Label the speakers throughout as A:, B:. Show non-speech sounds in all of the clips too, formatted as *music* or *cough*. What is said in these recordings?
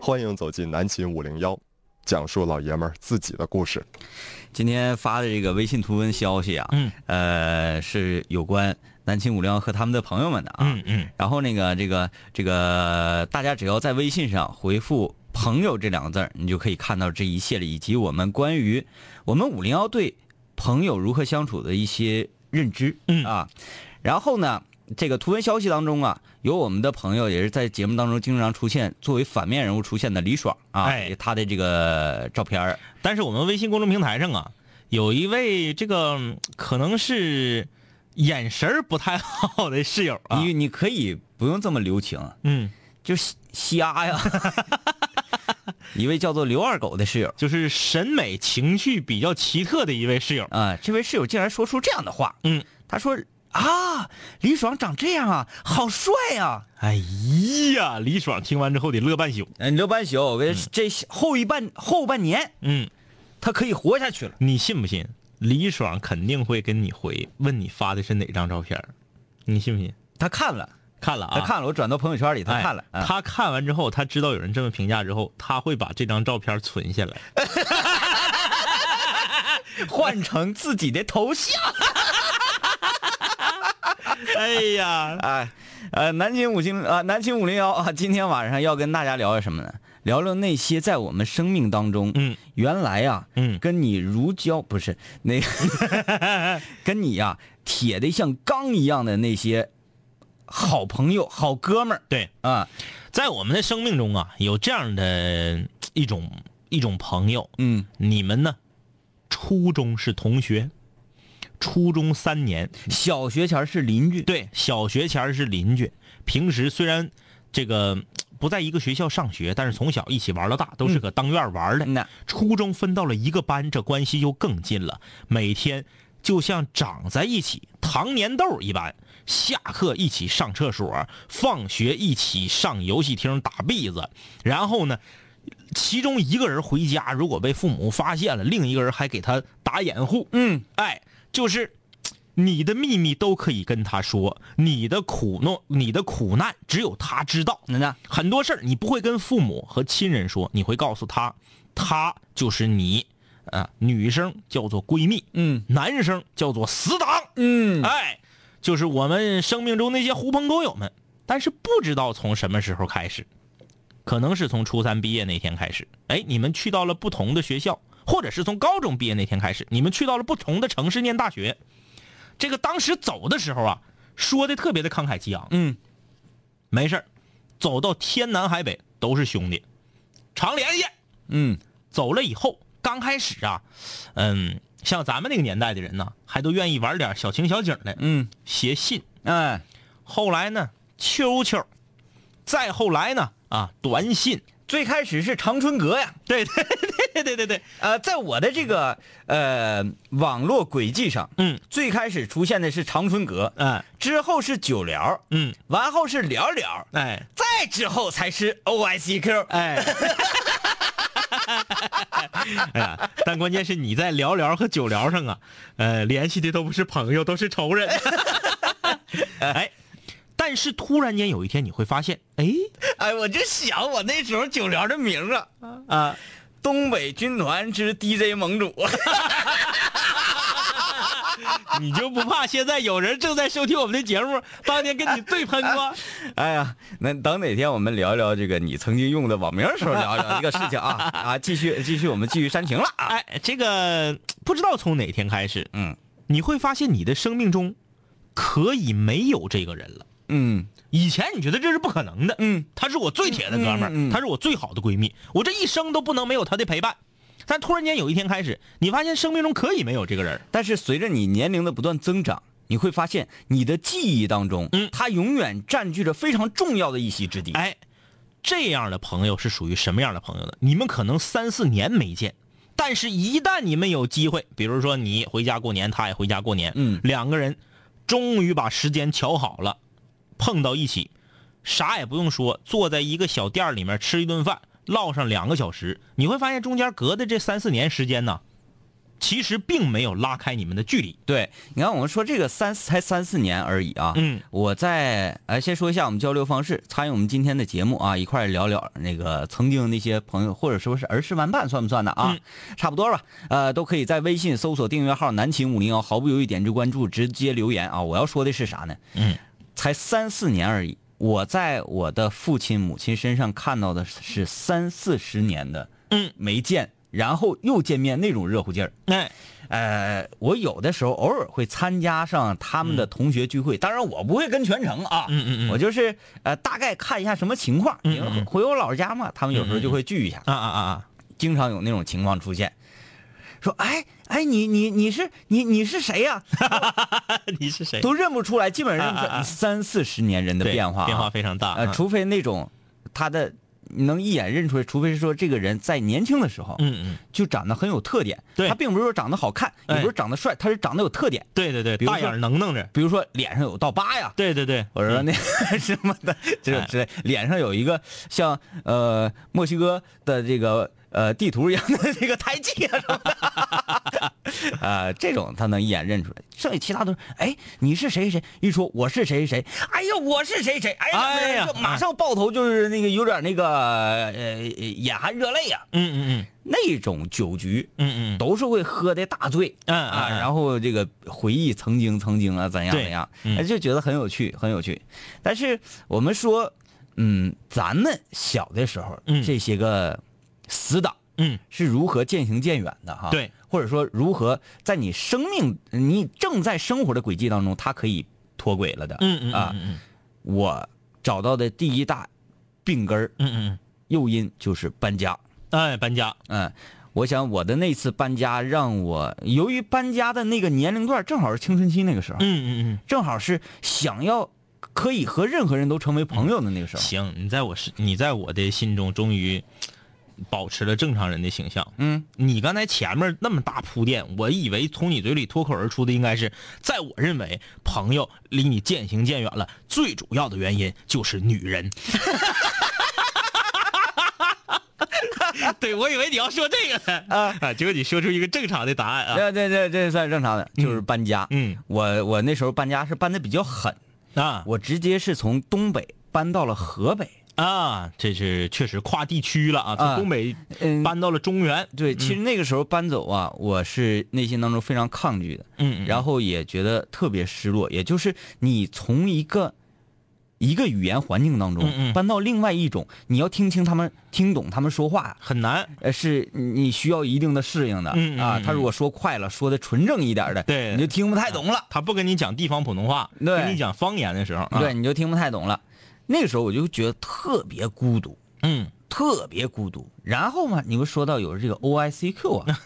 A: 欢迎走进南秦五零幺，讲述老爷们儿自己的故事。
B: 今天发的这个微信图文消息啊，
C: 嗯
B: 呃，是有关南秦五零幺和他们的朋友们的啊。
C: 嗯嗯，
B: 然后那个这个这个，大家只要在微信上回复“朋友”这两个字儿，你就可以看到这一系列以及我们关于我们五零幺对朋友如何相处的一些认知。
C: 嗯
B: 啊，然后呢，这个图文消息当中啊，有我们的朋友也是在节目当中经常出现，作为反面人物出现的李爽啊，
C: 哎
B: 他的这个照片儿
C: 但是我们微信公众平台上啊，有一位这个嗯可能是眼神儿不太好的室友啊，
B: 你你可以不用这么留情，
C: 嗯，
B: 就瞎瞎 *laughs* 呀。一位叫做刘二狗的室友。
C: 就是审美情趣比较奇特的一位室友，
B: 啊，这位室友竟然说出这样的话。
C: 嗯，
B: 他说啊，李爽长这样啊，好帅啊呀、
C: 哎呀，李爽听完之后得乐半宿，
B: 嗯，刘半宿，这后一半后半年，
C: 嗯，
B: 他可以活下去了。
C: 你信不信？李爽肯定会跟你回，问你发的是哪张照片儿，你信不信？
B: 他看了，
C: 看了啊，
B: 他看了，我转到朋友圈里，他
C: 哎
B: 看了。啊
C: 他看完之后，他知道有人这么评价之后，他会把这张照片存下来。
B: 换成自己的头像。
C: *laughs* 哎呀，
B: *laughs* 哎，呃，南京五星啊，南京五零幺啊，今天晚上要跟大家聊聊什么呢？聊聊那些在我们生命当中，
C: 嗯，
B: 原来呀、
C: 嗯
B: 跟你如胶不是那个跟你呀、铁的像钢一样的那些好朋友、好哥们
C: 对，
B: 儿啊，
C: 在我们的生命中啊，有这样的一种一种朋友，
B: 嗯，
C: 你们呢，初中是同学，初中三年，
B: 小学前儿是邻居，
C: 对，小学前儿是邻居，平时虽然这个不在一个学校上学，但是从小一起玩到大，都是搁当院儿玩儿的。
B: 嗯呐
C: 初中分到了一个班，这关系就更近了，每天就像长在一起糖粘豆一般。下课一起上厕所，放学一起上游戏厅打篦子，然后呢，其中一个人回家，如果被父母发现了，另一个人还给他打掩护。
B: 嗯，
C: 哎，就是你的秘密都可以跟他说，你的苦弄、你的苦难只有他知道。
B: 那那
C: 很多事儿你不会跟父母和亲人说，你会告诉他，他就是你。啊，女生叫做闺蜜，
B: 嗯
C: 男生叫做死党。
B: 嗯，
C: 哎，就是我们生命中那些狐朋狗友们，但是不知道从什么时候开始，可能是从初三毕业那天开始，哎，你们去到了不同的学校，或者是从高中毕业那天开始，你们去到了不同的城市念大学。这个当时走的时候啊，说的特别的慷慨激昂，
B: 嗯，
C: 没事儿走到天南海北都是兄弟，常联系。
B: 嗯
C: 走了以后，刚开始啊，嗯，像咱们那个年代的人呢，还都愿意玩点小情小景的，
B: 嗯，
C: 写信。
B: 哎，
C: 后来呢，秋秋，再后来呢，啊，短信，
B: 最开始是长春阁呀，
C: 对对对对对对，
B: 呃，在我的这个呃网络轨迹上，
C: 嗯
B: 最开始出现的是长春阁，
C: 哎
B: 之后是九聊，
C: 嗯，
B: 完后是聊聊，
C: 哎
B: 再之后才是 O I C Q。
C: 哎，哎 *laughs* 呀，但关键是你在聊聊和九聊上啊，呃，联系的都不是朋友，都是仇人。 *laughs* 哎，但是突然间有一天你会发现，哎，
B: 哎，我就想我那时候九聊的名儿啊，
C: 啊、
B: 东北军团之 DJ 盟主。啊
C: 你就不怕现在有人正在收听我们的节目，当年跟你对喷过？
B: 哎呀，那等哪天我们聊聊这个你曾经用的网名儿时候聊聊这个事情啊 *laughs* 啊，继续继续，我们继续煽情了啊。
C: 哎，这个不知道从哪天开始，
B: 嗯
C: 你会发现你的生命中可以没有这个人了。
B: 嗯
C: 以前你觉得这是不可能的，
B: 嗯，
C: 他是我最铁的哥们儿，
B: 嗯嗯嗯
C: 他是我最好的闺蜜，我这一生都不能没有他的陪伴。但突然间有一天开始，你发现生命中可以没有这个人儿，
B: 但是随着你年龄的不断增长。你会发现，你的记忆当中，
C: 嗯
B: 它永远占据着非常重要的一席之地。
C: 哎，这样的朋友是属于什么样的朋友呢？你们可能三四年没见，但是一旦你们有机会，比如说你回家过年，他也回家过年，
B: 嗯
C: 两个人终于把时间瞧好了，碰到一起，啥也不用说，坐在一个小店儿里面吃一顿饭，唠上两个小时，你会发现中间隔的这三四年时间呢，其实并没有拉开你们的距离。
B: 对，你看我们说这个三才三四年而已啊。
C: 嗯，
B: 我在哎，先说一下我们交流方式，参与我们今天的节目啊，一块儿聊聊那个曾经那些朋友，或者说是儿时玩伴，算不算呢啊？
C: 嗯
B: 差不多吧。呃，都可以在微信搜索订阅号“南秦五零幺”，毫不犹豫点击关注，直接留言啊。我要说的是啥呢？
C: 嗯，
B: 才三四年而已，我在我的父亲母亲身上看到的是三四十年的
C: 嗯
B: 没见，然后又见面那种热乎劲儿。
C: 哎，
B: 呃，我有的时候偶尔会参加上他们的同学聚会，当然我不会跟全程啊，
C: 嗯嗯嗯嗯
B: 我就是呃大概看一下什么情况，因为回我老家嘛，他们有时候就会聚一下，
C: 啊啊啊啊，
B: 经常有那种情况出现，说哎哎你你你是你你是谁呀、 *laughs*
C: 你啊是谁？
B: 都认不出来，基本上认不出来三四十年人的
C: 啊对
B: 变化啊、
C: 变化非常大。
B: 呃，
C: 啊
B: 除非那种他的你能一眼认出来，除非是说这个人在年轻的时候，
C: 嗯嗯，
B: 就长得很有特点，
C: 对
B: 他并不是说长得好看，也
C: 哎
B: 不是长得帅，他是长得有特点，
C: 对对对，
B: 比如
C: 大
B: 说
C: 眼儿能弄着。
B: 比如说脸上有道疤呀，
C: 对对对，
B: 或者说那什么的，这
C: 哎
B: 种之类，脸上有一个像呃墨西哥的这个呃地图一样的这个胎记啊什么
C: *laughs*
B: 的，啊这种他能一眼认出来，剩下其他都是哎你是谁谁，一说我是谁谁，哎呀我是谁谁，哎呀
C: 哎呀
B: 就马上爆头就是那个有点那个呃眼含热泪呀、
C: 嗯嗯
B: 那种酒局
C: 嗯嗯嗯
B: 都是会喝的大醉，
C: 嗯
B: 啊，
C: 嗯
B: 然后这个回忆曾经曾经啊，怎样
C: 对
B: 怎样，
C: 嗯
B: 哎，就觉得很有趣，很有趣。但是我们说，嗯，咱们小的时候，
C: 嗯
B: 这些个死党
C: 嗯
B: 是如何渐行渐远的哈？
C: 对，
B: 或者说如何在你生命你正在生活的轨迹当中，它可以脱轨了的。
C: 嗯嗯
B: 啊
C: 嗯，嗯
B: 我找到的第一大病根儿
C: 嗯嗯
B: 诱因就是搬家。
C: 嗯，哎，搬家，
B: 嗯，我想我的那次搬家让我，由于搬家的那个年龄段正好是青春期那个时候，
C: 嗯嗯嗯。
B: 正好是想要可以和任何人都成为朋友的那个时候。
C: 行，你在我是你在我的心中终于保持了正常人的形象。
B: 嗯，
C: 你刚才前面那么大铺垫，我以为从你嘴里脱口而出的应该是，在我认为朋友离你渐行渐远了，最主要的原因就是女
B: *laughs*
C: 人。对，我以为你要说这个呢，
B: 啊
C: 啊，结果你说出一个正常的答案啊，
B: 这这这这算正常的，就是搬家。
C: 嗯
B: 我我那时候搬家是搬的比较狠，
C: 啊
B: 我直接是从东北搬到了河北。
C: 啊，这是确实跨地区了啊，从
B: 啊
C: 东北
B: 嗯
C: 搬到了中原，
B: 对，其实那个时候搬走啊，我是内心当中非常抗拒的。
C: 嗯，
B: 然后也觉得特别失落。也就是你从一个一个语言环境当中
C: 嗯嗯
B: 搬到另外一种，你要听清他们听懂他们说话，
C: 很难，
B: 呃，是你需要一定的适应的
C: 嗯嗯
B: 啊
C: 嗯。
B: 他如果说快了，说的纯正一点的，
C: 对
B: 你就听不太懂了，
C: 他不跟你讲地方普通话，
B: 对
C: 跟你讲方言的时候，啊、
B: 对，，你就听不太懂了。那个时候我就觉得特别孤独。
C: 嗯，
B: 特别孤独，然后嘛，你们说到有这个 O I C Q
C: *laughs*
B: 啊，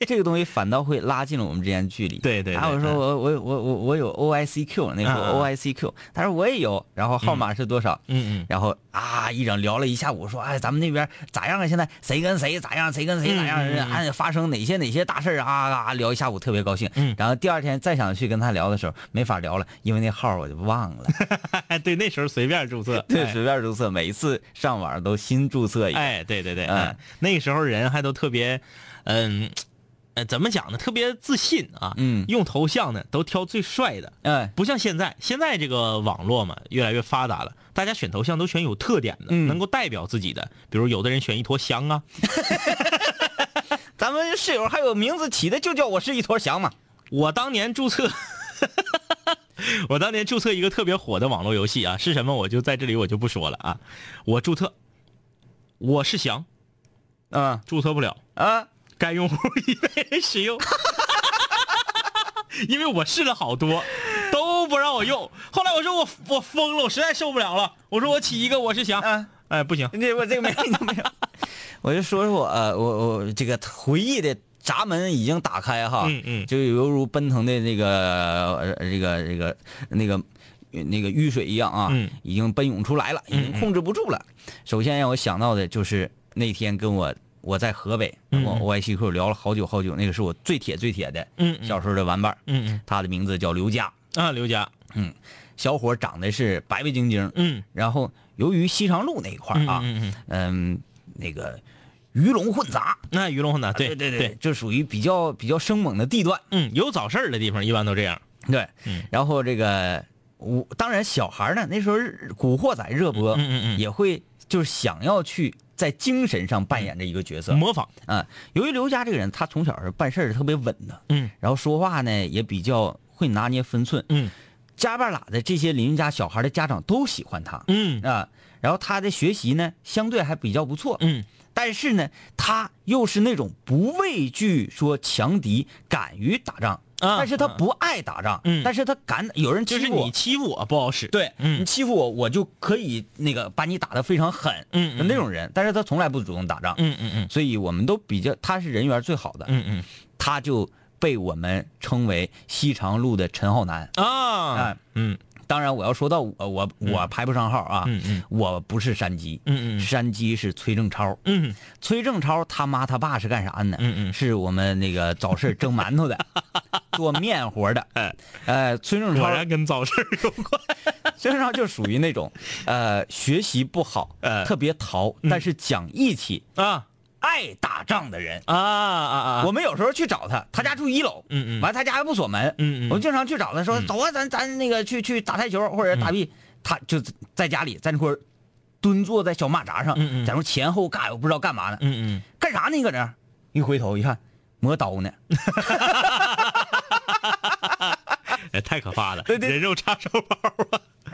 B: 这个东西反倒会拉近了我们之间的距离。
C: 对对对
B: 然后我说我我我我我有 O I C Q，那时候
C: 嗯嗯
B: O I C Q，他说我也有，然后号码是多少？
C: 嗯嗯
B: 然后啊，一整聊了一下午，说哎，咱们那边咋样啊？现在谁跟谁咋样？谁跟谁咋样？
C: 嗯嗯嗯
B: 哎，发生哪些哪些大事儿啊啊啊？聊一下午特别高兴。
C: 嗯
B: 然后第二天再想去跟他聊的时候，没法聊了，因为那号我就忘了。
C: *laughs* 哎，对，那时候随便注 *laughs* 册，
B: *laughs* 对，
C: 哎
B: 随便注册，每一次上网都新注册一个。
C: 哎，对对对，
B: 嗯
C: 哎，那时候人还都特别，嗯，呃，怎么讲呢？特别自信啊，
B: 嗯
C: 用头像呢都挑最帅的，
B: 哎。
C: 不像现在，现在这个网络嘛越来越发达了，大家选头像都选有特点的，
B: 嗯
C: 能够代表自己的，比如有的人选一坨香啊，
B: 咱们室友还有名字起的就叫我是一坨翔嘛。
C: 我当年注册， *laughs* 我当年注册一个特别火的网络游戏啊，是什么我就在这里我就不说了啊。我注册，我是翔，
B: 嗯
C: 注册不了，
B: 啊，
C: 该用户已被人使用， *laughs* 因为我试了好多，都不让我用。后来我说我我疯了，我实在受不了了，我说我起一个我是翔，
B: 嗯
C: 哎不行，
B: 这我这个没有没有， *laughs* 我就说说我呃我我这个回忆的闸门已经打开哈，
C: 嗯嗯
B: 就犹如奔腾的那个呃这个这个那个。那个淤水一样啊，
C: 嗯
B: 已经奔涌出来了，已经控制不住了。首先让我想到的就是那天跟我我在河北，
C: 嗯
B: 我
C: 嗯
B: 我 ICQ 聊了好久好久，那个是我最铁最铁的
C: 嗯嗯
B: 小时候的玩伴儿，
C: 嗯
B: 他的名字叫刘佳，
C: 嗯啊刘佳，
B: 小伙长得是白白净净，
C: 嗯
B: 啊然后由于西长路那一块儿啊，
C: 嗯嗯
B: 嗯那个鱼龙混杂。
C: 那鱼龙混杂，啊对
B: 对
C: 对，，
B: 这属于比较比较生猛的地段。
C: 嗯，有早市儿的地方一般都这样。
B: 对，
C: 嗯
B: 然后这个我当然小孩儿呢，那时候《古惑仔》热播，
C: 嗯嗯嗯
B: 也会就是想要去在精神上扮演这一个角色啊、
C: 模仿，
B: 由于刘佳这个人，他从小是办事儿是特别稳的，
C: 嗯
B: 然后说话呢也比较会拿捏分寸，
C: 嗯
B: 加半拉的这些邻居家小孩的家长都喜欢他啊、
C: 嗯
B: 然后他的学习呢相对还比较不错，
C: 嗯
B: 但是呢，他又是那种不畏惧说强敌，敢于打仗，
C: 啊
B: 但是他不爱打仗，
C: 嗯
B: 但是他敢，有人
C: 就
B: 欺
C: 是
B: 负我
C: 你欺负我不好使。，
B: 对、
C: 嗯
B: 你欺负我，我就可以那个把你打得非常狠，
C: 嗯嗯
B: 那种人，但是他从来不主动打仗，
C: 嗯嗯嗯
B: 所以我们都比较他是人缘最好的，
C: 嗯
B: 他就被我们称为西长路的陈浩南。
C: 嗯啊
B: 哎，
C: 嗯
B: 当然，我要说到我我我排不上号啊，
C: 嗯嗯
B: 我不是山鸡，
C: 嗯嗯
B: 山鸡是崔正超，
C: 嗯
B: 崔正超他妈他爸是干啥呢？
C: 嗯嗯
B: 是我们那个早市蒸馒头
C: *laughs*
B: 的，做面活的。哎，呃，崔正
C: 嗯，
B: 超
C: 果，然跟早市儿有关。
B: 崔正超就属于那种，呃，学习不好，
C: 哎
B: 特别淘，但是讲义气、
C: 啊
B: 爱打仗的人。
C: 啊啊啊！
B: 我们有时候去找他，他家住一楼，
C: 嗯嗯
B: 完他家还不锁门，
C: 嗯嗯嗯
B: 我们经常去找他说，走啊，咱咱那个去去打台球或者打币，他就在家里在那块儿蹲坐在小马扎上，
C: 嗯嗯
B: 在那前后尬，我不知道干嘛呢，
C: 嗯
B: 干啥呢？你搁这儿一回头一看，磨刀呢。
C: 嗯，哎，太可怕了，
B: 对对
C: 人肉叉烧包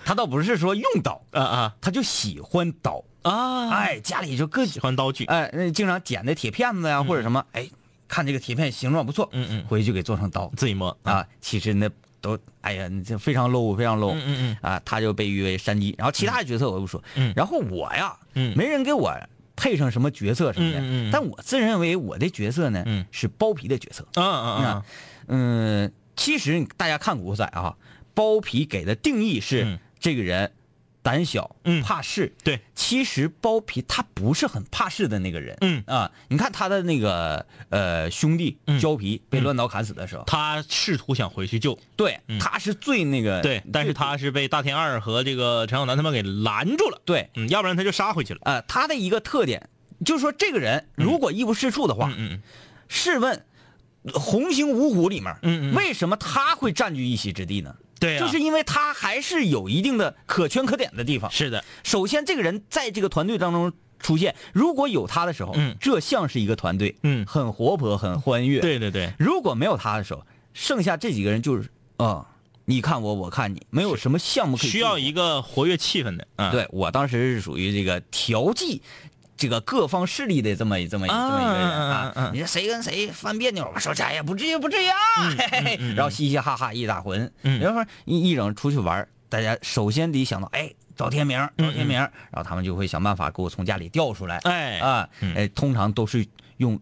B: 他倒不是说用刀，
C: 啊啊
B: 他就喜欢刀。
C: 啊！，
B: 哎，家里就各
C: 喜欢刀具，
B: 哎，那经常捡的铁片子呀、或者什么，哎，看这个铁片形状不错，
C: 嗯嗯
B: 回去就给做成刀
C: 自己摸。
B: 啊。其实那都，哎呀，你这非常 low，非常 low。
C: 嗯嗯
B: 啊，他就被誉为山鸡。然后其他的角色我不说，
C: 嗯
B: 然后我呀，
C: 嗯
B: 没人给我配上什么角色什么的，
C: 嗯嗯嗯
B: 但我自认为我的角色呢、
C: 嗯
B: 是包皮的角色。
C: 嗯啊啊
B: 啊，嗯，其实大家看《古惑仔》啊，包皮给的定义是、
C: 嗯
B: 这个人胆小、
C: 嗯
B: 怕事。
C: 对，
B: 其实包皮他不是很怕事的那个人。
C: 嗯
B: 啊，你看他的那个呃兄弟
C: 嗯
B: 焦皮被乱刀砍死的时候，
C: 他试图想回去救，
B: 对，
C: 嗯
B: 他是最那个
C: 对，但是
B: 最
C: 他是被大天二和这个陈小南他们给拦住了，
B: 对
C: 嗯，要不然他就杀回去了。
B: 呃他的一个特点就是说这个人如果一无是处的话，
C: 嗯
B: 试问。红星五虎里面，
C: 嗯嗯
B: 为什么他会占据一席之地呢？
C: 对啊，
B: 就是因为他还是有一定的可圈可点的地方。
C: 是的，
B: 首先，这个人在这个团队当中出现，如果有他的时候，
C: 嗯
B: 这像是一个团队，
C: 嗯
B: 很活泼，很欢悦。，
C: 对对对，
B: 如果没有他的时候，剩下这几个人就是啊、你看我，我看你，没有什么项目可以
C: 需要
B: 进行
C: 一个活跃气氛的啊。
B: 对我当时是属于这个调剂。这个各方势力的这么这么这么一个人
C: 啊嗯嗯嗯
B: 啊，你说谁跟谁翻别扭，我说这哎呀不至于不至于啊，嘿嘿嘿然后嘻嘻哈哈一打混，
C: 嗯
B: 然后一一整出去玩，大家首先得想到哎找天明找天明，然后他们就会想办法给我从家里调出来，
C: 哎，
B: 啊
C: 嗯，
B: 哎通常都是用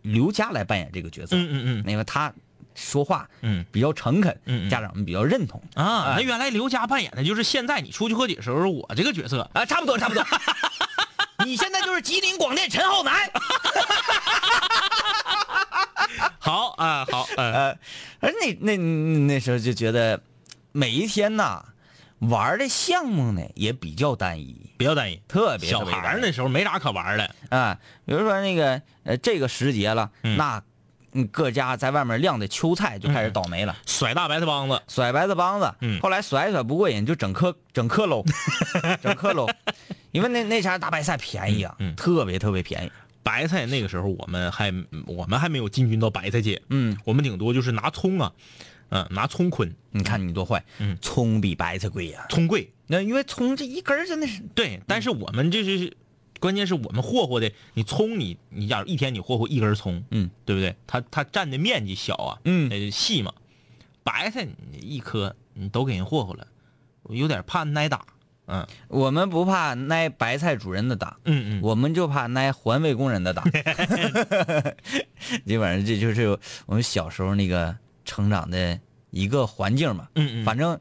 B: 刘佳来扮演这个角色，
C: 嗯嗯嗯
B: 那个他说话
C: 嗯
B: 比较诚恳
C: 嗯嗯，
B: 家长们比较认同
C: 啊，
B: 哎
C: 那原来刘佳扮演的就是现在你出去喝酒的时候我这个角色，
B: 啊，差不多差不多。 *laughs* 你现在就是吉林广电陈浩南，
C: *laughs* 好啊好，呃
B: 呃，而那那那那时候就觉得，每一天呐，玩的项目呢也比较单一，
C: 不要单一，
B: 特别
C: 小孩儿那时候没啥可玩的，
B: 啊，比如说那个呃这个时节了，
C: 嗯
B: 那嗯各家在外面晾的秋菜就开始倒霉了，
C: 甩大白菜帮子，
B: 甩白菜帮子，
C: 嗯
B: 后来甩一甩不过瘾，就整颗整颗
C: *laughs*
B: 喽，整颗喽，因为那那家大白菜便宜啊，
C: 嗯嗯
B: 特别特别便宜，
C: 白菜那个时候我们还我们还没有进军到白菜界，
B: 嗯，
C: 我们顶多就是拿葱啊，嗯、拿葱捆，
B: 你看你多坏，
C: 嗯
B: 葱比白菜贵呀、
C: 葱贵，
B: 那因为葱这一根儿真的是，
C: 对，但是我们这是，关键是我们霍霍的，你葱你你假如一天你霍霍一根葱，
B: 嗯，
C: 对不对？它它占的面积小啊，
B: 嗯
C: 呃细嘛。白菜你一颗你都给人霍霍了，我有点怕挨打。嗯
B: 我们不怕挨白菜主人的打，
C: 嗯嗯，
B: 我们就怕挨环卫工人的
C: *laughs*
B: 打。基本上这就是我们小时候那个成长的一个环境嘛。
C: 嗯嗯
B: 反正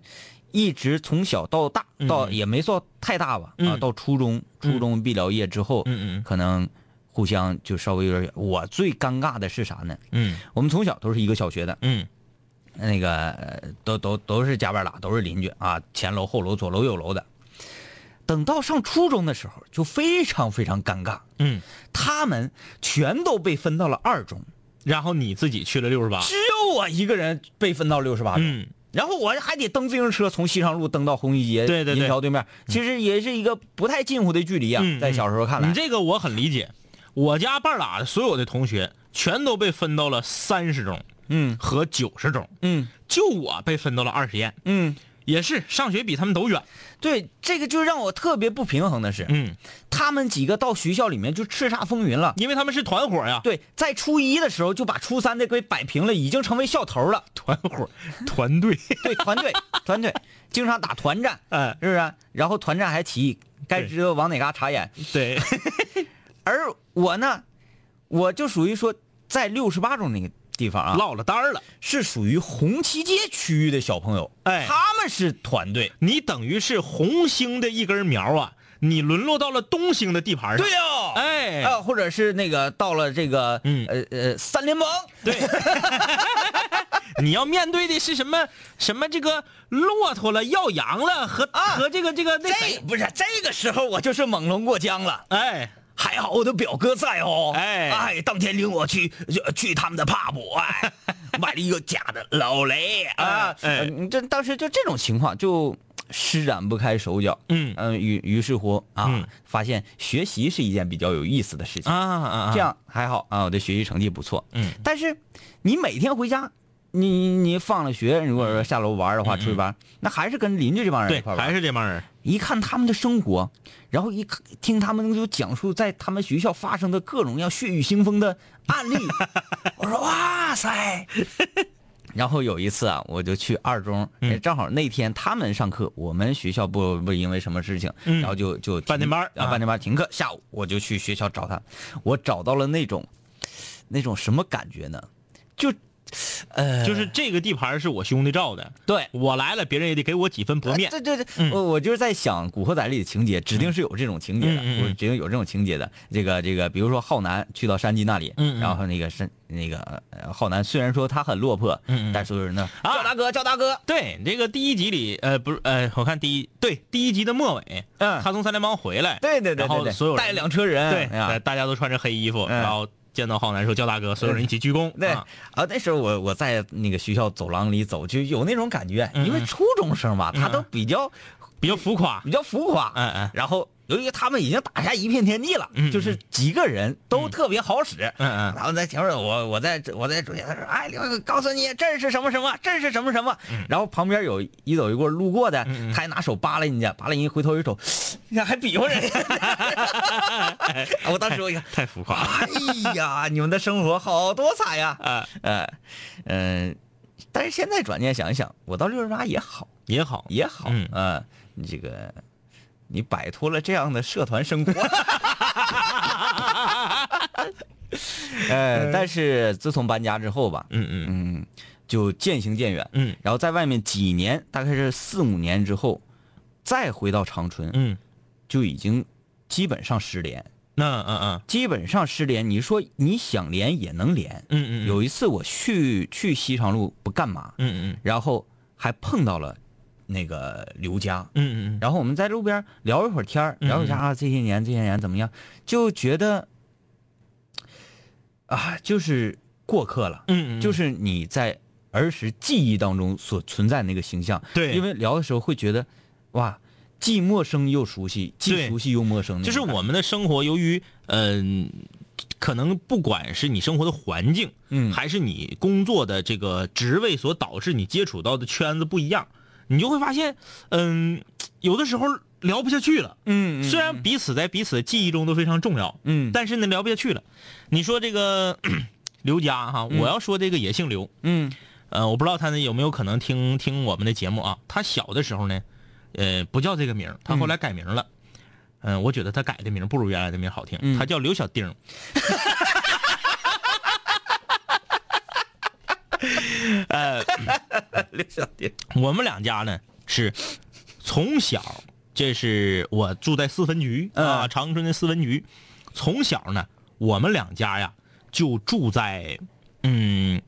B: 一直从小到大，
C: 嗯
B: 到也没算太大吧，啊，
C: 嗯
B: 到初中，初中毕了业之后，
C: 嗯嗯
B: 可能互相就稍微有点远。我最尴尬的是啥呢？
C: 嗯
B: 我们从小都是一个小学的，
C: 嗯
B: 那个呃都都都是家边儿拉，都是邻居啊，前楼后楼左楼右楼的。等到上初中的时候，就非常非常尴尬，
C: 嗯，
B: 他们全都被分到了二中，
C: 然后你自己去了六十八，
B: 只有我一个人被分到六十八中。
C: 啊嗯，
B: 然后我还得蹬自行车从西昌路蹬到红旗街，
C: 对对对
B: 银桥对面，其实也是一个不太近乎的距离啊，
C: 嗯
B: 在小时候看来，
C: 你这个我很理解。我家半拉的所有的同学全都被分到了三十中
B: 嗯
C: 和九十中，
B: 嗯
C: 就我被分到了二实验，
B: 嗯，
C: 也是上学比他们都远。
B: 对，这个就让我特别不平衡的是，
C: 嗯，
B: 他们几个到学校里面就叱咤风云了。
C: 因为他们是团伙呀，
B: 对，在初一的时候就把初三的给摆平了，已经成为校头了。
C: 团伙团队。
B: 对，团队团队经常打团战，
C: 哎，
B: 是不是？然后团战还提议该
C: 对
B: 知道往哪嘎插眼，
C: *laughs* 对，
B: 而我呢，我就属于说在六十八中那个地方啊，
C: 落了单儿了。
B: 是属于红旗街区域的小朋友，
C: 哎
B: 他们是团队。
C: 你等于是红星的一根苗啊，你沦落到了东星的地盘上。
B: 对哦，
C: 哎
B: 啊，或者是那个到了这个，
C: 嗯
B: 呃呃，三联帮，对，
C: 你要面对的是什么什么这个骆驼了、耀羊了和、
B: 啊
C: 和这个这个那
B: 这
C: 谁？
B: 不是这个时候我就是猛龙过江了。
C: 哎，
B: 还好我的表哥在哦，
C: 哎
B: 哎，当天领我去就去他们的 pub，哎，
C: *laughs*
B: 买了一个假的老雷啊，
C: 哎哎
B: 嗯这当时就这种情况就施展不开手脚，
C: 嗯
B: 嗯，于于是乎啊，
C: 嗯
B: 发现学习是一件比较有意思的事情，
C: 啊啊
B: 这样还好啊，我的学习成绩不错，
C: 嗯，
B: 但是你每天回家。你你你放了学，如果说下楼玩的话，出去玩，那还是跟邻居这帮人一
C: 嗯对，
B: 块玩
C: 还。是这帮人。
B: 一看他们的生活，然后一看听他们就讲述在他们学校发生的各种各样血雨腥风的案
C: *laughs*
B: 例，我说哇塞。然后有一次啊，我就去二中，
C: 嗯
B: 哎正好那天他们上课，我们学校不不因为什么事情，
C: 嗯
B: 然后就就停
C: 半天班儿
B: 啊，
C: 啊
B: 半天班儿停课，下午我就去学校找他，我找到了那种那种什么感觉呢？就呃，
C: 就是这个地盘是我兄弟造的，
B: 对，
C: 我来了，别人也得给我几分薄面
B: 啊。对对对，
C: 嗯
B: 我我就是在想《古惑仔》里的情节，指定是有这种情节的，
C: 嗯嗯嗯
B: 我指定有这种情节的。这个这个，比如说浩南去到山鸡那里，
C: 嗯嗯
B: 然后那个山那个呃浩南虽然说他很落魄，
C: 嗯嗯
B: 但所有人呢、
C: 啊
B: 叫大哥叫大哥，
C: 对，这个第一集里，呃，不是，呃，我看第一，对，第一集的末尾，
B: 嗯
C: 他从三联帮回来，
B: 对对对
C: 然后
B: 对对，
C: 所有人
B: 带了两车人，
C: 对，
B: 哎呀
C: 大大家都穿着黑衣服，
B: 嗯
C: 然后见到浩南说叫大哥，所有人一起鞠躬。
B: 对
C: 啊
B: 啊，那时候我我在那个学校走廊里走，就有那种感觉，
C: 嗯嗯嗯
B: 因为初中生嘛，他都比较
C: 比较浮夸。
B: 比较浮夸，
C: 哎哎
B: 然后由于他们已经打下一片天地了，
C: 嗯
B: 就是几个人都特别好使，
C: 嗯嗯
B: 然后在前面我我在我在主席他说，哎，刘勇告诉你这是什么什么，这是什么什么，然后旁边有一走一过路过的，
C: 嗯嗯嗯
B: 他还拿手扒拉人家，扒拉人家回头一瞅， *laughs* 你看还比划人家，
C: *laughs*
B: 我当时我一看，
C: 太浮夸了。
B: 哎呀，你们的生活好多彩呀，
C: 啊，
B: 呃，嗯、但是现在转念想一想，我到六十八也好，
C: 也好，
B: 也好，
C: 嗯
B: 呃你这个你摆脱了这样的社团生活。 *laughs* 呃，但是自从搬家之后吧，
C: 嗯嗯
B: 嗯，就渐行渐远，
C: 嗯
B: 然后在外面几年，大概是四五年之后，再回到长春，
C: 嗯，
B: 就已经基本上失联，
C: 那嗯嗯
B: 基本上失联。你说你想连也能连。
C: 嗯嗯，
B: 有一次我去去西长路不干嘛，
C: 嗯嗯
B: 然后还碰到了那个刘家，
C: 嗯嗯嗯
B: 然后我们在路边聊一会儿天儿
C: 嗯
B: 聊一下啊，这些年这些年怎么样，就觉得啊，就是过客了，
C: 嗯嗯，
B: 就是你在儿时记忆当中所存在那个形象。
C: 对
B: 因为聊的时候会觉得，哇，既陌生又熟悉，既
C: 对
B: 熟悉又陌生那
C: 就是
B: 种感觉。
C: 我们的生活，由于嗯、可能不管是你生活的环境，
B: 嗯
C: 还是你工作的这个职位所导致你接触到的圈子不一样，你就会发现，嗯，有的时候聊不下去了。
B: 嗯，嗯
C: 虽然彼此在彼此的记忆中都非常重要，
B: 嗯
C: 但是呢，聊不下去了。你说这个 *clears throat* 刘佳哈，我要说这个也姓刘，
B: 嗯
C: 呃，我不知道他呢有没有可能听听我们的节目啊？他小的时候呢，呃，不叫这个名儿，他后来改名了。嗯、我觉得他改的名儿不如原来的名儿好听，
B: 嗯
C: 他叫刘小丁儿。
B: 刘小蝶，
C: 我们两家呢是从小，这是我住在四分局啊，
B: 嗯
C: 长春的四分局。从小呢，我们两家呀就住在，嗯，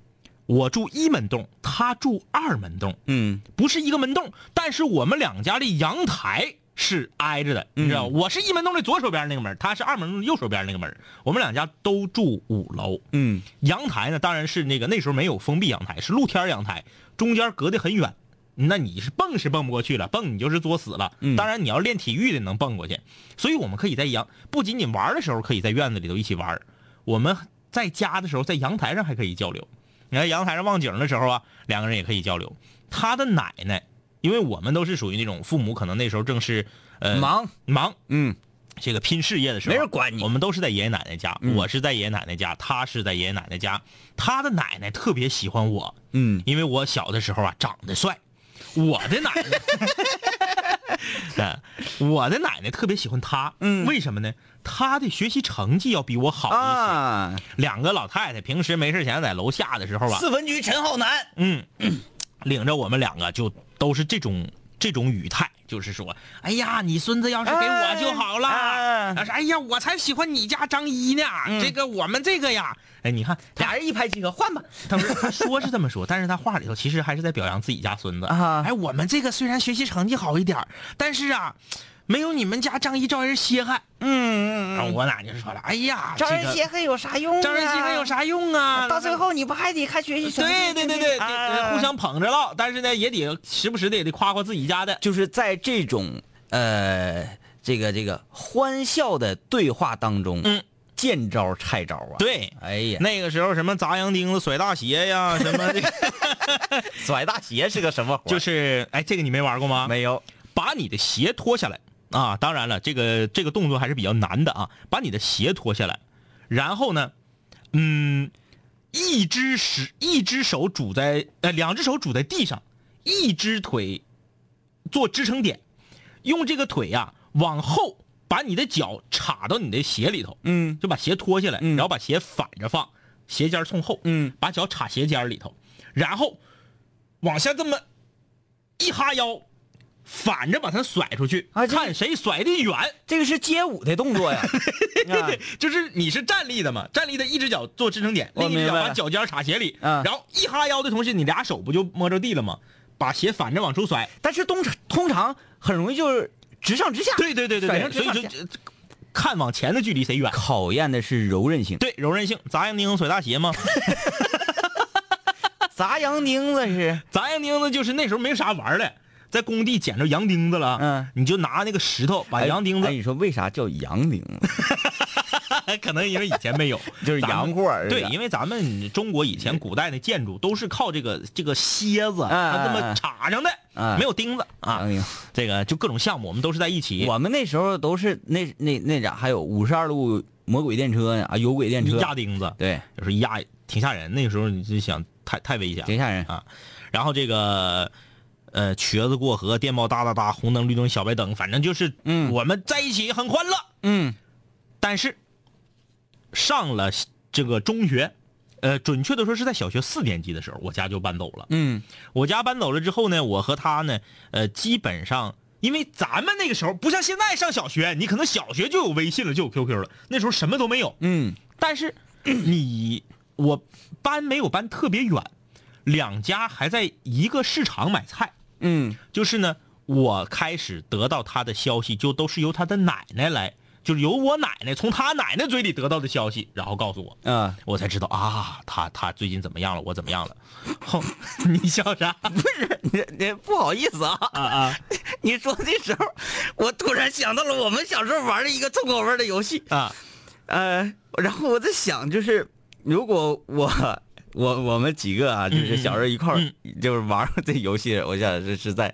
C: 我住一门洞，他住二门洞，
B: 嗯
C: 不是一个门洞，但是我们两家的阳台是挨着的，你知道吗，我是一门洞的左手边那个门，他是二门洞的右手边那个门，我们两家都住五楼。
B: 嗯
C: 阳台呢，当然是那个那时候没有封闭阳台，是露天阳台，中间隔得很远。那你是蹦是蹦不过去了，蹦你就是作死了。
B: 嗯
C: 当然你要练体育的能蹦过去，所以我们可以在阳不仅仅玩的时候可以在院子里头一起玩，我们在家的时候在阳台上还可以交流。你看阳台上望景的时候啊，两个人也可以交流。他的奶奶，因为我们都是属于那种父母可能那时候正是呃
B: 忙
C: 忙
B: 嗯
C: 这个拼事业的时候，
B: 没人管你嗯
C: 我们都是在爷爷奶奶家，我是在爷爷奶奶家，他是在爷爷奶奶家。他的奶奶特别喜欢我，
B: 嗯，
C: 因为我小的时候啊长得帅。我的奶
B: *laughs*
C: 奶，嗯，我的奶奶特别喜欢他，
B: 嗯
C: 为什么呢？他的学习成绩要比我好一些。
B: 啊，
C: 两个老太太平时没事闲在楼下的时候啊，
B: 四分局陈浩南，
C: 嗯，领着我们两个就都是这种这种语态，就是说，哎呀，你孙子要是给我就好了，
B: 哎
C: 要是哎呀，我才喜欢你家张一呢，这个我们这个呀，哎，你看
B: 俩人一拍即合，换吧。
C: *laughs* 他不是他说是这么说，但是他话里头其实还是在表扬自己家孙子
B: 啊
C: 哎，我们这个虽然学习成绩好一点儿，但是啊，没有你们家张一招人稀罕。
B: 嗯
C: 然后我奶就说了，哎呀，
D: 招人
C: 这个
D: 稀罕有啥用啊？
C: 招人稀罕有？啥用啊？
D: 到最后你不还得看学习成绩？
C: 对对对对，得
D: 啊
B: *laughs*
C: 得互相捧着唠，但是呢，也得时不时的也得夸夸自己家的。
B: 就是在这种呃这个这个欢笑的对话当中，
C: 嗯，
B: 见招拆招啊。，
C: 对，
B: 哎呀，
C: 那个时候什么砸洋钉子、甩大鞋呀，什么这个
B: 甩大鞋是个什么活儿？
C: *laughs* 就是，哎，这个你没玩过吗？
B: 没有，
C: 把你的鞋脱下来啊！当然了，这个这个动作还是比较难的啊，把你的鞋脱下来，然后呢，嗯，一只手一只手拄在呃两只手拄在地上，一只腿做支撑点，用这个腿呀、往后把你的脚插到你的鞋里头，
B: 嗯
C: 就把鞋脱下来，
B: 嗯
C: 然后把鞋反着放，鞋尖儿冲后，
B: 嗯，
C: 把脚插鞋尖儿里头，然后往下这么一哈腰，反着把它甩出去，
B: 啊这
C: 看谁甩得远。
B: 这个是街舞的动作 *laughs* 呀。啊
C: *laughs* 就是你是站立的嘛，站立的一只脚做支撑点，
B: 我
C: 另一只脚
B: 明白
C: 把
B: 了
C: 脚尖儿插鞋里，
B: 啊
C: 然后一哈腰的同时，你俩手不就摸着地了吗？把鞋反着往出甩，
B: 但是通常通常很容易就是直上直下，
C: *laughs* 对对对对
B: 甩成
C: 对，
B: 直
C: 所以
B: 上
C: 就
B: 直下
C: 就看往前的距离谁远。
B: 考验的是柔韧性。
C: 对，柔韧性，砸洋钉甩大鞋
B: *laughs*
C: 嘛。
B: 砸洋钉子是
C: 砸洋钉子就是那时候没啥玩儿的，在工地捡着洋钉子了，
B: 嗯，
C: 你就拿那个石头把洋钉子，
B: 哎哎你说为啥叫洋钉子？
C: *laughs* 可能因为以前没有，
B: 哎 *laughs* 就是
C: 咱们
B: 洋货儿是吧
C: 对，因为咱们中国以前古代的建筑都是靠这个这个楔
B: 嗯
C: 子，它这么插上的，
B: 哎
C: 没有钉子啊
B: 洋。钉子。
C: 这个就各种项目，我们都是在一起。
B: 我们那时候都是那那那咋还有五十二路魔鬼电车呢啊，有轨电车。
C: 压钉子，
B: 对，
C: 有时候压挺吓人。那个时候你就想，太太危险了，
B: 挺吓人。
C: 啊。然后这个呃，瘸子过河，电报哒哒哒，红灯绿灯小白灯，反正就是，
B: 嗯
C: 我们在一起很欢乐。
B: 嗯
C: 但是上了这个中学，呃，准确的说是在小学四年级的时候，我家就搬走了。
B: 嗯
C: 我家搬走了之后呢，我和他呢，呃，基本上。因为咱们那个时候不像现在上小学，你可能小学就有微信了，就有 QQ 了。那时候什么都没有，
B: 嗯
C: 但是 *clears throat* 你我搬没有搬特别远，两家还在一个市场买菜。
B: 嗯
C: 就是呢，我开始得到他的消息，就都是由他的奶奶来，就是由我奶奶从他奶奶嘴里得到的消息，然后告诉我，
B: 啊，
C: 我才知道啊，他他最近怎么样了，我怎么样了。 *laughs* 哼，你笑 *laughs* 啥？
B: *laughs* 你你不好意思啊啊啊！ *laughs* 你说那时候，我突然想到了我们小时候玩的一个重口味的游戏
C: 啊，
B: 呃，然后我在想，就是如果我我我们几个啊，就是小时候一块儿、就是玩过这游戏，我想这是在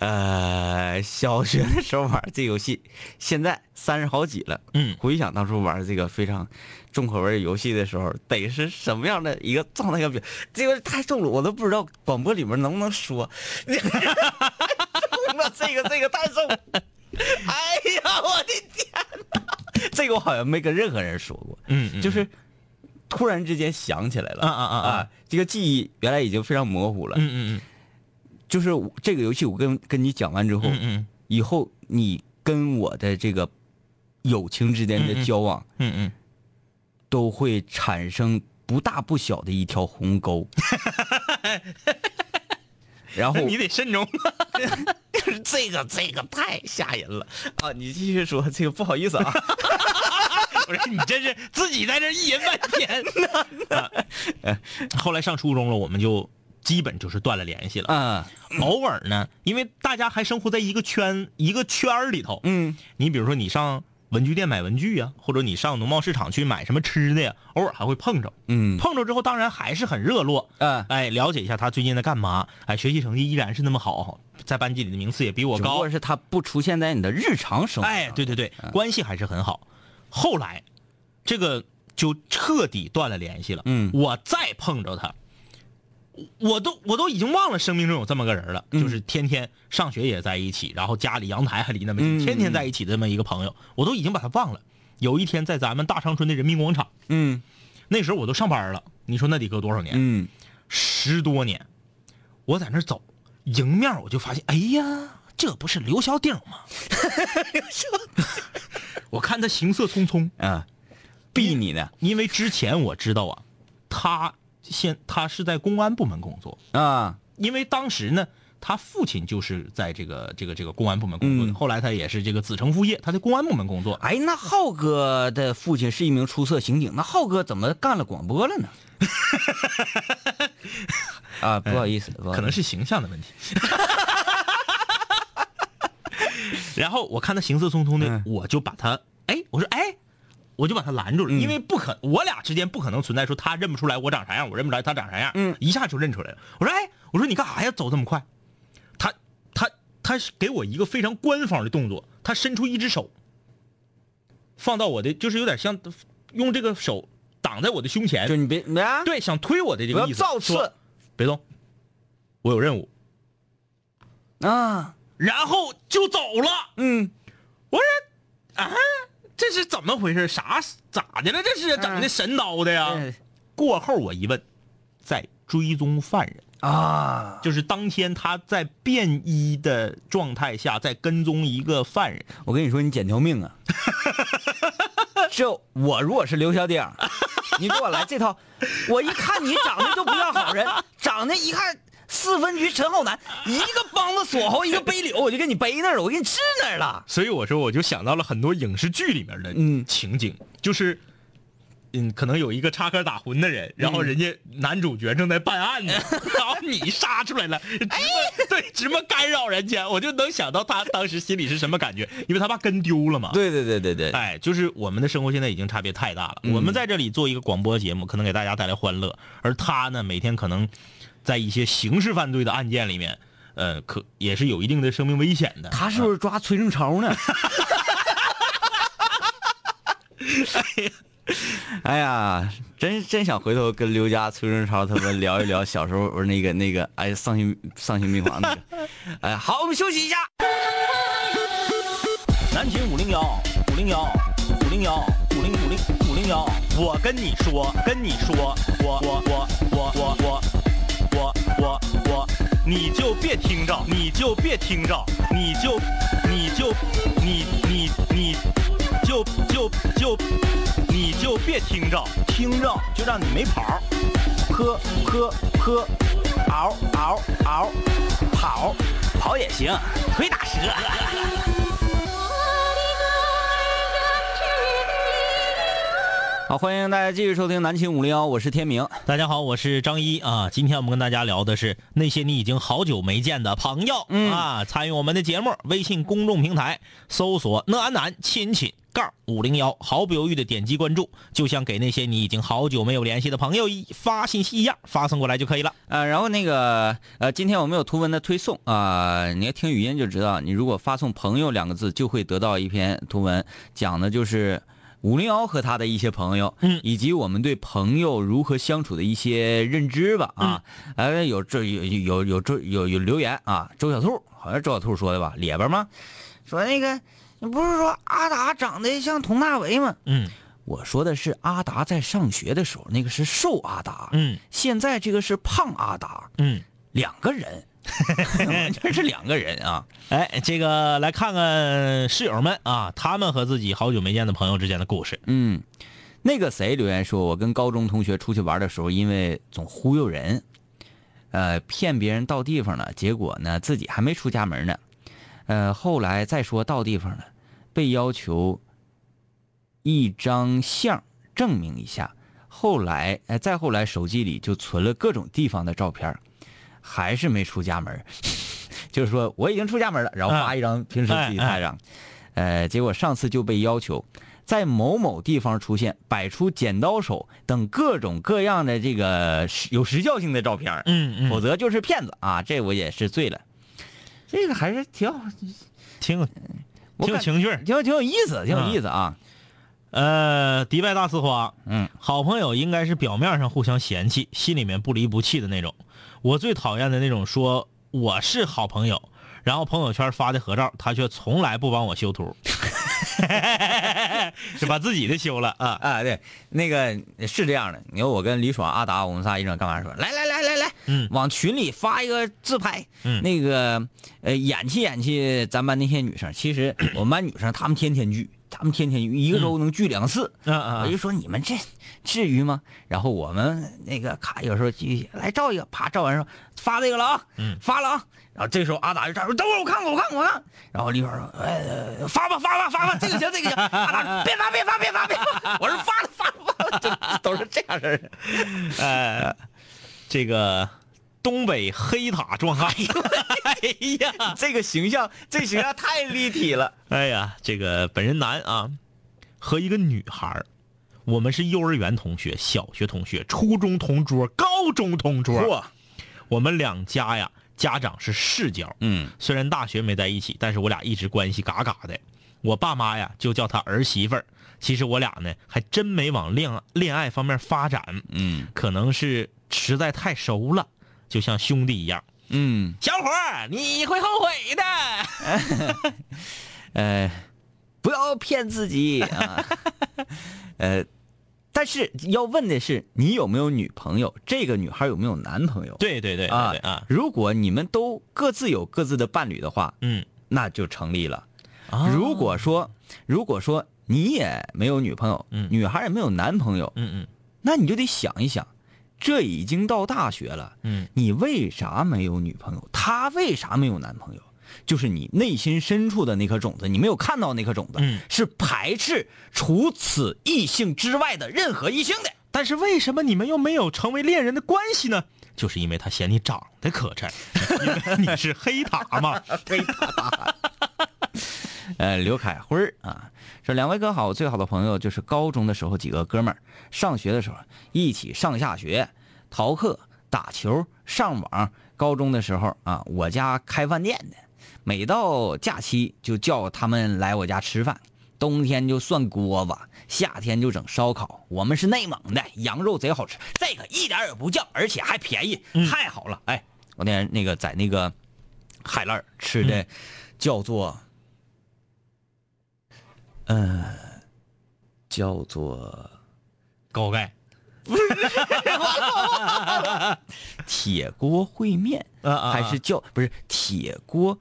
B: 呃小学的时候玩这游戏，现在三十好几了，
C: 嗯
B: 回想当初玩这个非常重口味的游戏的时候，得是什么样的一个状态？表？这个太重了，我都不知道广播里面能不能说。重了，这个这个太
C: *laughs*
B: 重了。哎呀，我的天哪！这个我好像没跟任何人说过，
C: 嗯嗯
B: 就是突然之间想起来了，
C: 啊啊啊啊
B: 啊！这个记忆原来已经非常模糊了。
C: 嗯嗯
B: 就是我这个游戏，我跟跟你讲完之后，
C: 嗯嗯
B: 以后你跟我的这个友情之间
C: 嗯
B: 的
C: 嗯
B: 交往，
C: 嗯嗯，
B: 都会产生不大不小的一条 *laughs* 鸿沟。然后
C: 你得慎重。 *laughs* 就是这个这个太吓人了。
B: 啊，你继续说，这个不好意思啊，
C: *laughs* 不是你这是自己在这意淫半
B: *laughs*
C: 天呢。后来上初中了，我们就基本就是断了联系了。
B: *laughs* 啊，
C: 偶尔呢，因为大家还生活在一个圈一个圈儿里头，
B: 嗯，
C: 你比如说你上文具店买文具呀、或者你上农贸市场去买什么吃的呀，偶尔还会碰着。
B: 嗯，
C: 碰着之后，当然还是很热络，
B: 嗯
C: 哎，了解一下他最近在干嘛，哎，学习成绩依然是那么好，在班级里的名次也比我
B: 只不
C: 高
B: 过，是他不出现在你的日常生活，
C: 哎，，对对对，
B: 啊
C: 关系还是很好。后来，这个就彻底断了联系了。
B: 嗯
C: 我再碰着他，我都我都已经忘了生命中有这么个人了，
B: 嗯
C: 就是天天上学也在一起，然后家里阳台还离那么近，
B: 嗯
C: 天天在一起的这么一个朋友，我都已经把他忘了。有一天在咱们大长春的人民广场，
B: 嗯
C: 那时候我都上班了，你说那得隔多少年？
B: 嗯，
C: 十多年，我在那儿走，迎面我就发现，哎呀，这不是刘小鼎吗？ *laughs* 我看他行色匆匆，
B: 啊，避你呢，
C: 因为之前我知道啊，他现他是在公安部门工作，
B: 啊，
C: 因为当时呢，他父亲就是在这个这个这个公安部门工作的，
B: 嗯
C: 后来他也是这个子承父业，他在公安部门工作。
B: 哎，那浩哥的父亲是一名出色刑警，那浩哥怎么干了广播了呢？ *laughs* 啊，不好意思，不好意思
C: 可能是形象的问题。 *laughs* 然后我看他行色匆匆的，
B: 嗯
C: 我就把他，哎，我说哎，我就把他拦
B: 嗯
C: 住了，因为不可，我俩之间不可能存在说他认不出来我长啥样，我认不出来他长啥样，
B: 嗯
C: 一下就认出来了。我说哎，我说你干啥呀，走这么快？他他他是给我一个非常官方的动作，他伸出一只手，放到我的，就是有点像用这个手挡在我的胸前，
B: 就你别啊，
C: 对，想推我的这
B: 不
C: 个
B: 要
C: 意思，
B: 造次
C: 说别动，我有任务。
B: 啊，
C: 然后就走了。
B: 嗯，
C: 我说，啊，这是怎么回事？啥咋的了？这是整的神叨的呀？
B: 哎
C: 过后我一问，在追踪犯人，
B: 啊，
C: 就是当天他在便衣的状态下在跟踪一个犯人。
B: 我跟你说，你捡条 *laughs* 命啊！这我如果是刘小鼎儿，你给我来这套，我一看你长得就不像好人，长得一看四分局陈浩南，一个梆子锁喉，一个背柳，我就给你背那儿了，我给你治那儿了。
C: 所以我说，我就想到了很多影视剧里面的
B: 嗯
C: 情景，就是。嗯，可能有一个插科打诨的人，然后人家男主角正在办
B: *laughs*
C: 案呢，然后你杀出来了，直
B: 哎
C: 么、对直么干扰人家，我就能想到他当时心里是什么感觉，因为他怕跟丢了嘛。，
B: 对对对对对，
C: 哎，就是我们的生活现在已经差别太大
B: 嗯
C: 了。我们在这里做一个广播节目，可能给大家带来欢乐，而他呢，每天可能在一些刑事犯罪的案件里面，呃，可也是有一定的生命危险的。
B: 他是不是抓崔正超 *laughs* 呢？哎呀，真真想回头跟刘家崔正超他们聊一聊小时候那个那个，哎，丧心丧心病狂那个。哎呀，好，我们休息一下。
C: 南秦五零幺五零幺五零幺五零五零五零幺，我跟你说，跟你说，我我我我我我我我我，你就别听着，你就别听着，你就你就你你你就就就你就别听着，听着就让你没跑儿，喝喝喝，嗷嗷嗷，跑跑也行，腿打折。
B: 好，欢迎大家继续收听南秦五零幺，我是天明。
C: 大家好，我是张一啊。今天我们跟大家聊的是那些你已经好久没见的朋友、
B: 嗯
C: 啊，参与我们的节目，微信公众平台搜索“讷安南亲亲杠五零幺”，毫不犹豫的点击关注，就像给那些你已经好久没有联系的朋友一发信息一样，发送过来就可以了。
B: 呃，然后那个呃，今天我们有图文的推送啊、你要听语音就知道，你如果发送“朋友”两个字，就会得到一篇图文，讲的就是五零幺和他的一些朋友，
C: 嗯
B: 以及我们对朋友如何相处的一些认知吧啊。
C: 嗯
B: 呃，有这有有有这有有留言啊，周小兔好像是周小兔说的吧，咧巴吗？
D: 说那个，你不是说阿达长得像佟大为吗？
C: 嗯
B: 我说的是阿达在上学的时候，那个是瘦阿达，
C: 嗯
B: 现在这个是胖阿达，
C: 嗯，
B: 两个人， *laughs* 这是两个人啊。
C: 哎，这个来看看室友们啊，他们和自己好久没见的朋友之间的故事。
B: 嗯，那个谁留言说，我跟高中同学出去玩的时候，因为总忽悠人，呃，骗别人到地方了，结果呢自己还没出家门呢，呃，后来再说到地方了，被要求一张相证明一下。后来，哎，再后来，手机里就存了各种地方的照片儿，还是没出家门儿。 *laughs* 就是说我已经出家门了，然后发一张平时自己拍张，呃，结果上次就被要求在某某地方出现，摆出剪刀手等各种各样的这个时有时效性的照片儿，
C: 嗯嗯，
B: 否则就是骗子啊！这我也是醉了，这个还是挺好，
C: 挺有
B: 我
C: 挺有
B: 感
C: 情趣儿。
B: 挺有挺有意思，
C: 嗯
B: 挺有意思啊！
C: 呃，迪拜大呲花，
B: 嗯，
C: 好朋友应该是表面上互相嫌弃，心里面不离不弃的那种。我最讨厌的那种说我是好朋友，然后朋友圈发的合照，他却从来不帮我修图， *laughs* 就把自己的修了啊。
B: 啊，对，那个是这样的，你看我跟李爽、阿达，我们仨一整干嘛说，来来来来来，
C: 嗯
B: 往群里发一个自拍，
C: 嗯
B: 那个呃演戏演戏咱班那些女生，其实 *coughs* 我们班女生她们天天聚，她们天天聚，一个周能聚两次，
C: 嗯嗯
B: 我
C: 嗯
B: 就说你们这至于吗？然后我们那个卡有时候聚来照一个，啪照完说发这个了啊，
C: 嗯
B: 发了啊。然后这时候阿达就站着说：“等会儿我看看，我看看，我看看。”然后李爽说：“哎，呃发吧，发吧，发吧，这个行，这个行。”阿达说：“别发，别发，别发，别发。”我说：“发了，发了，发了。就”都是这样式儿的。
C: 呃，这个东北黑塔壮汉，哎呀，
B: 这个形象，这个形象太立体了。
C: 哎呀，这个本人男啊，和一个女孩儿，我们是幼儿园同学、小学同学、初中同桌、高中同桌，我们两家呀，家长是世交。
B: 嗯，
C: 虽然大学没在一起，但是我俩一直关系嘎嘎的。我爸妈呀就叫她儿媳妇儿。其实我俩呢还真没往恋恋爱方面发展，
B: 嗯
C: 可能是实在太熟了，就像兄弟一样。
B: 嗯，
C: 小伙儿，你会后悔
B: *laughs*
C: 的。
B: 呃，不要骗自己啊。 *laughs* 呃，但是要问的是，你有没有女朋友？这个女孩有没有男朋友？
C: 对对对对
B: 啊
C: 对啊，
B: 如果你们都各自有各自的伴侣的话，
C: 嗯。
B: 那就成立了。
C: 啊
B: 如果说如果说你也没有女朋友，
C: 嗯
B: 女孩也没有男朋友，
C: 嗯嗯
B: 那你就得想一想，这已经到大学了，
C: 嗯
B: 你为啥没有女朋友？她为啥没有男朋友？就是你内心深处的那颗种子，你没有看到那颗种子，
C: 嗯
B: 是排斥除此异性之外的任何异性的。
C: 但是为什么你们又没有成为恋人的关系呢？就是因为他嫌你长得磕
B: *laughs*
C: 碜，因为你是黑塔嘛。
B: 呃，刘凯辉儿啊，说两位哥好，我最好的朋友就是高中的时候几个哥们儿，上学的时候一起上下学、逃课、打球、上网。高中的时候啊，我家开饭店的，每到假期就叫他们来我家吃饭，冬天就涮锅巴，夏天就整烧烤。我们是内蒙的，羊肉贼好吃，这个一点儿也不犟，而且还便宜，太好了！哎，我那天那个在那个海烂儿吃的叫做。叫做
C: 高钙
B: 铁锅烩面，
C: 啊啊啊
B: 还是叫不是铁锅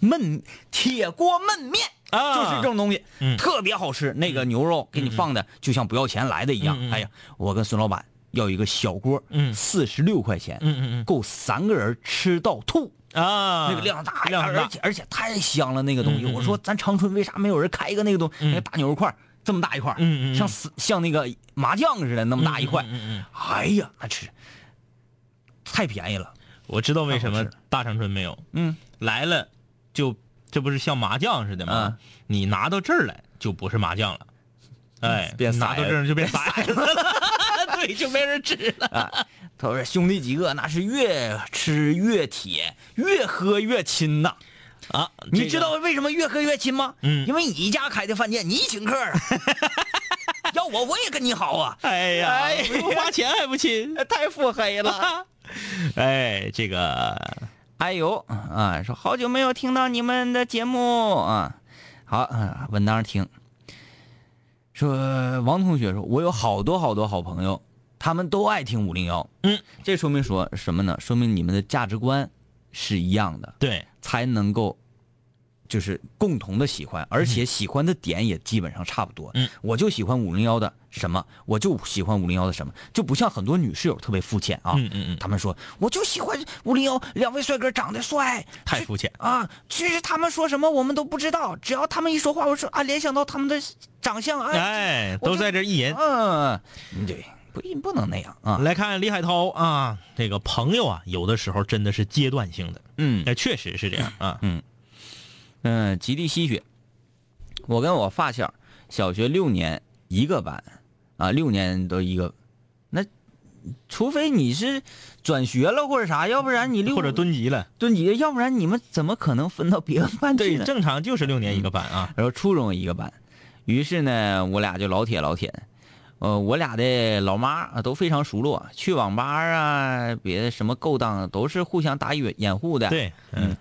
B: 焖铁锅焖面。
C: 啊
B: 就是这种东西，
C: 嗯
B: 特别好吃。那个牛肉给你放的，就像不要钱来的一样。
C: 嗯嗯
B: 哎呀，我跟孙老板要一个小锅，
C: 嗯
B: 四十六块钱，
C: 嗯嗯
B: 够三个人吃到吐。
C: 啊，
B: 那个量大，
C: 量很大
B: 而且而且太香了那个东西。
C: 嗯嗯嗯嗯
B: 我说咱长春为啥没有人开一个那个东那个大牛肉块儿这么大一块儿，
C: 嗯嗯嗯
B: 像死像那个麻酱似的那么大一块，
C: 嗯嗯嗯嗯
B: 哎呀，那吃太便宜了。
C: 我知道为什么
B: 太好
C: 大长春没有
B: 嗯，
C: 来了就，这不是像麻将似的吗？你拿到这儿来就不是麻将了，哎，
B: 变色
C: 拿到这儿就变色子了， *laughs* 对，就没人吃了。
B: 他说兄弟几个那是越吃越铁，越喝越亲呐。
C: 啊，这
B: 你
C: 个
B: 知道为什么越喝越亲吗？
C: 嗯
B: 因为你家开的饭店，你请客啊。要我我也跟你好啊，
C: 哎呀，不用花钱还不亲，
B: 太腹黑了。
C: 哎，这个
B: 哎呦啊，说好久没有听到你们的节目啊，好啊，稳当听。说王同学说，我有好多好多好朋友，他们都爱听五零幺，
C: 嗯，
B: 这说明说什么呢？说明你们的价值观是一样的，
C: 对，
B: 才能够就是共同的喜欢，而且喜欢的点也基本上差不多。
C: 嗯，
B: 我就喜欢五零幺的什么，我就喜欢五零幺的什么，就不像很多女室友特别肤浅啊。
C: 嗯嗯嗯
B: 他们说
D: 我就喜欢五零幺，两位帅哥长得帅
C: 太肤浅。
D: 啊。其实他们说什么我们都不知道，只要他们一说话，我说啊，联想到他们的长相啊，
C: 哎，
D: 我
C: 都
D: 就
C: 在这一人。
B: 嗯，对，不不能那样啊。
C: 来看李海涛啊，这个朋友啊，有的时候真的是阶段性的，
B: 嗯
C: 那确实是这样啊。
B: 嗯、极力吸血。我跟我发小小学六年一个班，啊，六年都一个，那除非你是转学了或者啥，要不然你六
C: 或者蹲级了，
B: 蹲级，要不然你们怎么可能分到别的班去
C: 对，
B: 呢？
C: 正常就是六年一个班啊。
B: 然后初中一个班，于是呢，我俩就老铁老铁的，呃，我俩的老妈啊都非常熟络，去网吧啊，别的什么勾当都是互相打掩掩护的。，
C: 对，嗯，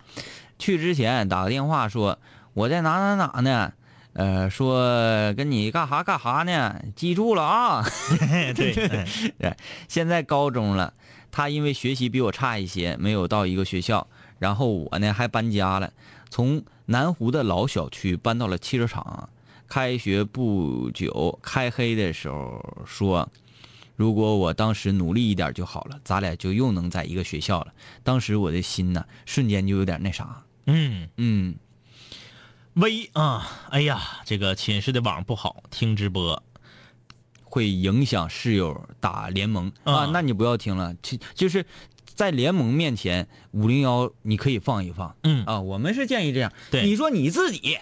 B: 去之前打个电话说我在哪哪哪呢，呃，说跟你干哈干哈呢，记住了啊。
C: *laughs*
B: *laughs*
C: 对，哎
B: 现在高中了，他因为学习比我差一些，没有到一个学校，然后我呢还搬家了，从南湖的老小区搬到了汽车厂。开学不久，开黑的时候说，如果我当时努力一点就好了，咱俩就又能在一个学校了。当时我的心呢，瞬间就有点那啥，
C: 嗯
B: 嗯，
C: ，V 啊，哎呀，这个寝室的网不好，听直播，
B: 会影响室友打联盟啊
C: 啊。
B: 那你不要听了，其就是在联盟面前，五零幺你可以放一放，
C: 嗯
B: 啊，我们是建议这样。
C: 对
B: 你说你自己，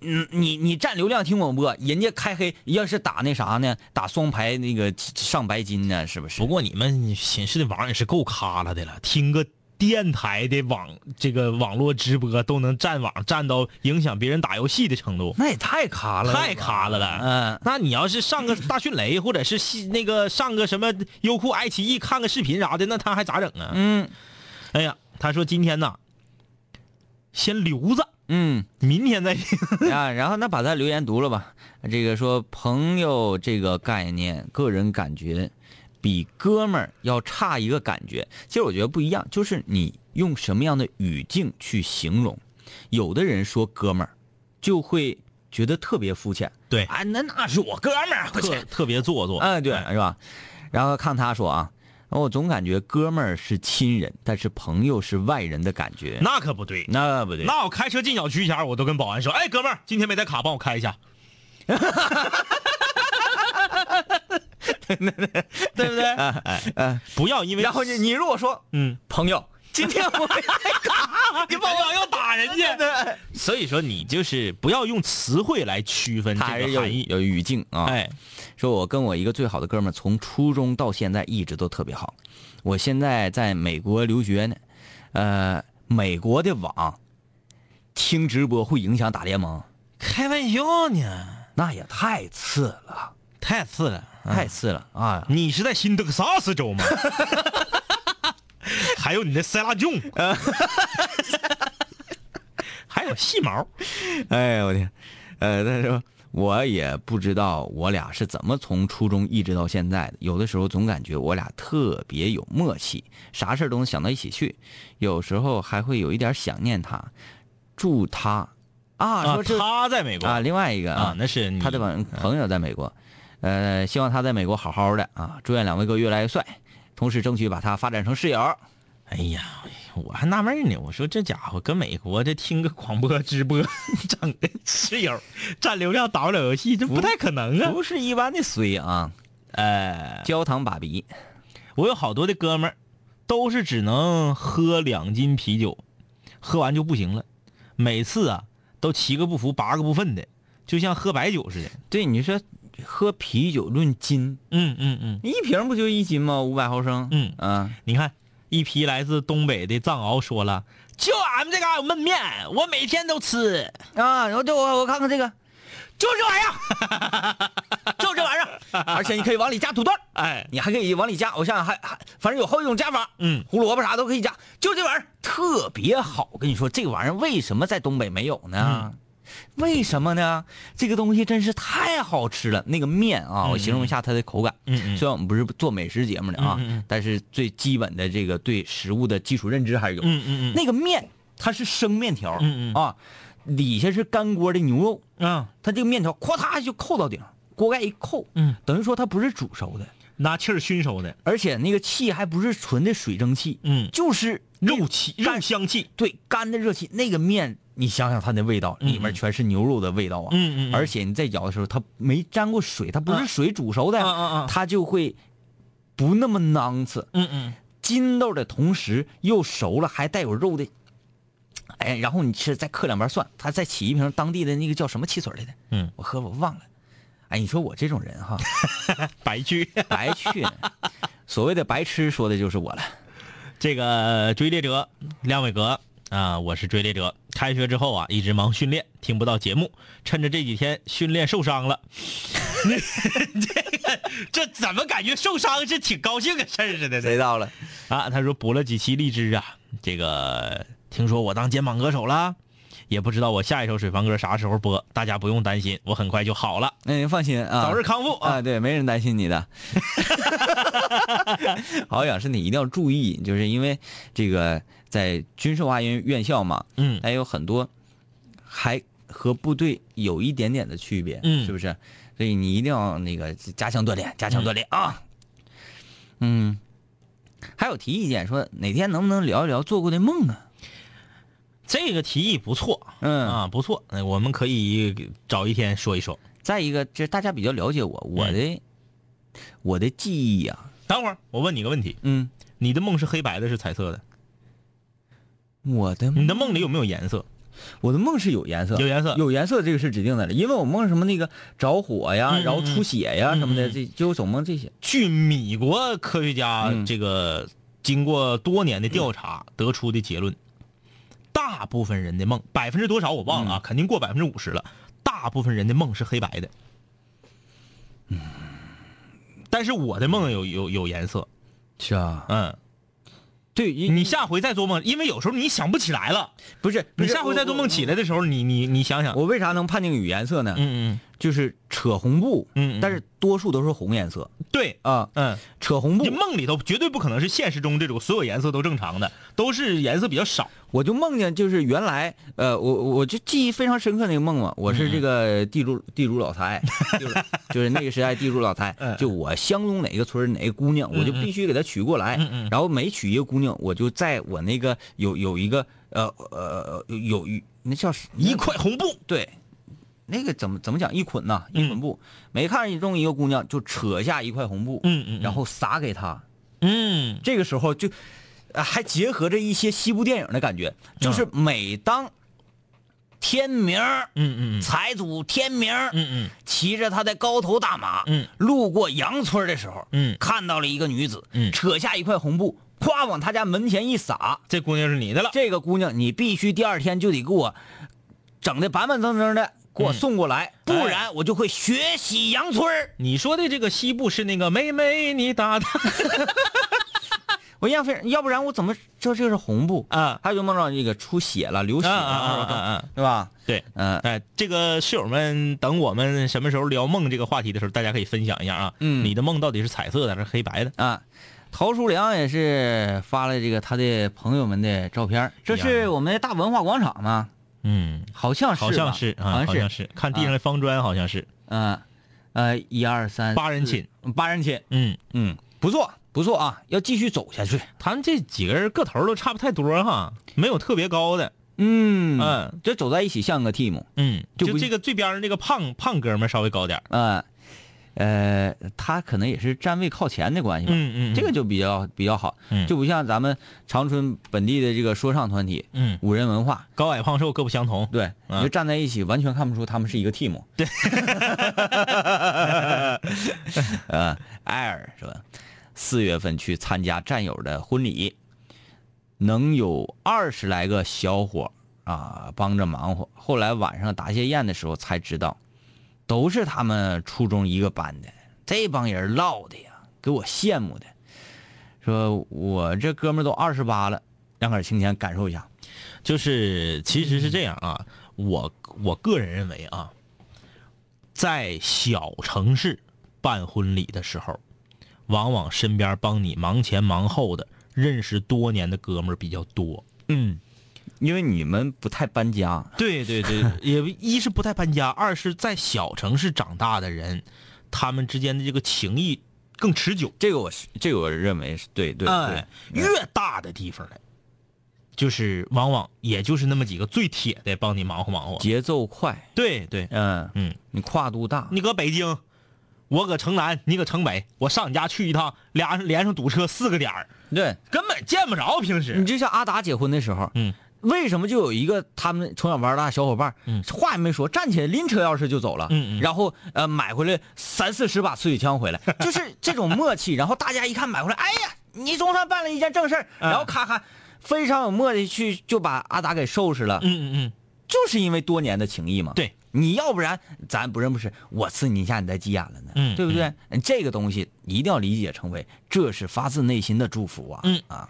B: 嗯，你你占流量听广播，人家开黑要是打那啥呢？打双排那个上白金呢，是不是？
C: 不过你们寝室的网也是够卡拉的了，听个电台的网这个网络直播都能占网占到影响别人打游戏的程度，
B: 那也太卡了，
C: 太卡了了。
B: 嗯，
C: 那你要是上个大迅雷，或者是西那个上个什么优酷、爱奇艺看个视频啥的，那他还咋整啊？
B: 嗯
C: 哎呀，他说今天呐，先留着，
B: 嗯。
C: 明天再。
B: *laughs* 啊，然后那把他留言读了吧。这个说朋友这个概念，个人感觉比哥们儿要差一个感觉。其实我觉得不一样，就是你用什么样的语境去形容。有的人说哥们儿，就会觉得特别肤浅。
C: 对，
B: 啊，那那是我哥们儿，啊我去
C: 特特别做作。
B: 哎，对，是吧？然后看他说啊，我总感觉哥们儿是亲人，但是朋友是外人的感觉。
C: 那可不对。
B: 那嗯不对，
C: 那我开车进小区前儿，我都跟保安说：“哎，哥们儿，今天没带卡，帮我开一下。
B: 对不 *laughs* 对？
C: 不要因为
B: 然后你你如果说 *laughs*
C: 嗯，
B: 哎朋友，今天我没来打，
C: 你帮我要打人家。所以说你就是不要用词汇来区分这
B: 他还是
C: 个
B: 有
C: 含义。
B: 有语境啊。
C: 哎，
B: 说我跟我一个最好的哥们儿，从初中到现在一直都特别好。我现在在美国留学呢，呃，美国的网听直播会影响打联盟，
C: 开玩笑呢，
B: 那也太次了，
C: 太次了。
B: 太次了啊！
C: 你是在新德克萨
B: *laughs*
C: 斯州吗？还有你的塞拉琼，
B: 呃
C: 还有细毛，
B: 哎呦我天，呃，他说我也不知道我俩是怎么从初中一直到现在的，有的时候总感觉我俩特别有默契，啥事儿都能想到一起去，有时候还会有一点想念他，祝他 *laughs* 啊，
C: 啊，
B: 说这
C: 他在美国
B: 啊，另外一个
C: 啊，那是你
B: 他的朋朋友在美国，呃，希望他在美国好好的啊，祝愿两位哥越来越帅，同时争取把他发展成室友。
C: 哎呀，我还纳闷呢，我说这家伙跟美国这听个广播直播， *laughs* 整的室友占流量打不了游戏，这不太可能啊。
B: 不是一般的衰啊，
C: 呃，
B: 焦糖爸比，
C: 我有好多的哥们儿，都是只能喝两斤啤酒，喝完就不行了，每次啊都七个不服八个不忿的，就像喝白酒似的。
B: 对你说喝啤酒论斤，
C: 嗯嗯嗯，
B: 一瓶不就一斤吗？五百毫升。
C: 嗯
B: 啊，
C: 你看，一批来自东北的藏獒说了，就俺们这嘎有焖面，我每天都吃，
D: 啊，然后这我我看看这个，
C: 就这玩意儿，
B: 就这玩意儿， *laughs* 而且你可以往里加土豆，
C: 哎，
B: 你还可以往里加，我想想还还，反正有好几种加法，
C: 嗯
B: 胡萝卜啥都可以加，就这玩意儿特别好。我跟你说，这个玩意儿为什么在东北没有呢？
C: 嗯
B: 为什么呢？这个东西真是太好吃了。那个面啊，我形容一下它的口感。
C: 嗯嗯
B: 虽然我们不是做美食节目的啊，
C: 嗯嗯嗯
B: 但是最基本的这个对食物的基础认知还是有。
C: 嗯嗯嗯，
B: 那个面它是生面条，
C: 嗯嗯
B: 啊，底下是干锅的牛肉，
C: 啊，
B: 它这个面条咵嗒就扣到顶，锅盖一扣，
C: 嗯，
B: 等于说它不是煮熟的，
C: 拿气儿熏熟的，
B: 而且那个气还不是纯的水蒸气，
C: 嗯，哎
B: 就是
C: 肉气肉香气，
B: 对干的热气，那个面你想想它的味道，
C: 嗯
B: 里面全是牛肉的味道啊，
C: 嗯嗯嗯
B: 而且你在咬的时候它没沾过水，它不是水煮熟的，
C: 啊啊啊
B: 它就会不那么囊次，
C: 嗯嗯，
B: 筋道的同时又熟了，还带有肉的。哎，然后你吃再嗑两瓣蒜，他再起一瓶当地的那个叫什么汽水来的，
C: 嗯，
B: 我喝我忘了。哎，你说我这种人哈， *laughs*
C: 白居。
B: 白去，所谓的白痴说的就是我了。
C: *laughs* 这个追猎者亮伟哥啊，我是追猎者。开学之后啊，一直忙训练，听不到节目。趁着这几天训练受伤了， *laughs* 这个这怎么感觉受伤是挺高兴的事儿似的呢？
B: 谁到了？
C: 啊，他说补了几期荔枝啊，这个听说我当肩膀歌手啦，也不知道我下一首水房歌啥时候播，大家不用担心，我很快就好了，
B: 那您放心啊，
C: 早日康复啊！
B: 啊，对，没人担心你的。 *laughs* 好好养身体一定要注意，就是因为这个在军事化院院校嘛，
C: 嗯
B: 还有很多还和部队有一点点的区别，
C: 嗯
B: 是不是？所以你一定要那个加强锻炼，加强锻炼、啊。嗯，还有提意见说哪天能不能聊一聊做过的梦啊？
C: 这个提议不错，
B: 嗯
C: 啊，不错，哎我们可以找一天说一说。
B: 再一个，就是大家比较了解我，
C: 嗯
B: 我的、我的记忆呀、
C: 等会儿我问你个问题，
B: 嗯，
C: 你的梦是黑白的，是彩色的？
B: 我的
C: 你的梦里有没有颜色？
B: 嗯我的梦是有颜色，
C: 嗯有颜色
B: 有颜色，这个是指定的了。因为我梦什么那个着火呀，
C: 嗯嗯
B: 然后出血呀、
C: 嗯
B: 什么的，
C: 嗯
B: 这就总梦这些。
C: 据米国科学家
B: 嗯
C: 这个经过多年的调查得出的结论，大部分人的梦百分之多少我忘
B: 嗯
C: 了啊，肯定过百分之五十了。大部分人的梦是黑白的，
B: 嗯
C: 但是我的梦有有有颜色，
B: 是啊，
C: 嗯，
B: 对，你
C: 你下回再做梦，因为有时候你想不起来了，
B: 不是
C: 你下回再做梦起
B: 来。
C: 来的时候，你你你想想，
B: 我为啥能判定有颜色呢？
C: 嗯
B: 就是扯红布，
C: 嗯嗯
B: 但是多数都是红颜色
C: 嗯，对，
B: 啊。
C: 嗯。
B: 扯红布
C: 你，梦里头绝对不可能是现实中这种所有颜色都正常的，都是颜色比较少。
B: 我就梦见就是原来呃，我我就记忆非常深刻那个梦嘛，我
C: 嗯
B: 是这个地主地主老
C: *laughs*
B: 太，就是就是那个时代地主老太，
C: 嗯
B: 就我相中哪个村儿哪个姑娘，我就必须给她娶过
C: 嗯
B: 来，然后每娶一个姑娘，我就在我那个有有一个呃呃有有那叫什么
C: 一块红布，
B: 对，那个怎么怎么讲一捆呐、一捆
C: 嗯
B: 布，每看中一个姑娘就扯下一块红布，
C: 嗯嗯嗯
B: 然后撒给她。
C: 嗯
B: 这个时候就，呃还结合着一些西部电影的感觉，
C: 嗯
B: 就是每当天明儿
C: 嗯嗯
B: 财主天明儿
C: 嗯
B: 骑着他的高头大马，
C: 嗯
B: 路过杨村的时候，
C: 嗯
B: 看到了一个女子，
C: 嗯
B: 扯下一块红布，咵往他家门前一撒，
C: 这姑娘是你的了。
B: 这个姑娘，你必须第二天就得给我整的板板正正的，给我送过来，
C: 嗯
B: 不然我就会血洗杨村儿。
C: 你说的这个西部是那个妹妹，你打的
B: 我要非要不然我怎么这这是红布？
C: 啊
B: 还有就梦到这个出血了，流血
C: 啊
B: 了，
C: 啊啊啊！
B: 对吧？
C: 对，
B: 嗯、
C: 哎，这个室友们，等我们什么时候聊梦这个话题的时候，大家可以分享一下啊。
B: 嗯
C: 你的梦到底是彩色的还是黑白的？
B: 啊，陶叔良也是发了这个他的朋友们的照片儿，这是我们的大文化广场吗？
C: 嗯，
B: 好像是吧，
C: 好像是啊，
B: 好
C: 好
B: 像
C: 像
B: 是，
C: 是。看地上的方砖，好像是
B: 嗯，呃，一二三，
C: 八人寝。
B: 四，八人寝，
C: 嗯，
B: 嗯，不错不错啊，要继续走下去，
C: 他们这几个人个头都差不太多哈，没有特别高的。
B: 嗯
C: 嗯
B: 这走在一起像个 team，
C: 嗯，
B: 就
C: 就
B: 不
C: 这个最边上这个胖胖哥们儿稍微高点儿
B: 啊、呃，他可能也是站位靠前的关系吧，
C: 嗯嗯嗯
B: 这个就比较比较好，
C: 嗯
B: 就不像咱们长春本地的这个说唱团体，
C: 嗯，
B: 五人文化，
C: 高矮胖瘦各不相同。
B: 对，
C: 嗯
B: 你就站在一起，完全看不出他们是一个 team。对， *laughs* 呃，艾尔说，四月份去参加战友的婚礼，能有二十来个小伙啊帮着忙活。后来晚上答谢宴的时候才知道，都是他们初中一个班的，这帮人唠的呀，给我羡慕的。说我这哥们儿都二十八了，让杆儿青年感受一下。
C: 就是其实是这样啊，我我个人认为啊，在小城市办婚礼的时候，往往身边帮你忙前忙后的、认识多年的哥们儿比较多。
B: 嗯，因为你们不太搬家，
C: 对对 *laughs* 对，也一是不太搬家，二是在小城市长大的人，他们之间的这个情谊更持久。
B: 这个我是这个我认为是对对对
C: 哎，，越大的地方呢，就是往往也就是那么几个最铁的帮你忙活忙活。
B: 节奏快，
C: 对对，
B: 嗯
C: 嗯，
B: 你跨度大，
C: 你搁北京，我搁城南，你搁城北，我上你家去一趟，俩连上堵车四个点儿，
B: 对
C: 根本见不着平
B: 你
C: 时。
B: 就像阿达结婚的时候，
C: 嗯，
B: 为什么就有一个他们从小玩大的小伙伴，
C: 嗯
B: 话也没说，站起来拎车钥匙就走了，
C: 嗯嗯
B: 然后呃买回来三四十把刺水枪回来， *laughs* 就是这种默契，然后大家一看买回来，哎呀，你总算办了一件正事儿，
C: 嗯
B: 然后咔咔。非常有默契去就把阿达给收拾了，
C: 嗯嗯嗯，
B: 就是因为多年的情谊嘛。
C: 对，
B: 你要不然咱不认不识，我刺你一下你再急眼了呢，
C: 嗯
B: 对不对？这个东西一定要理解成为这是发自内心的祝福啊！
C: 嗯
B: 啊，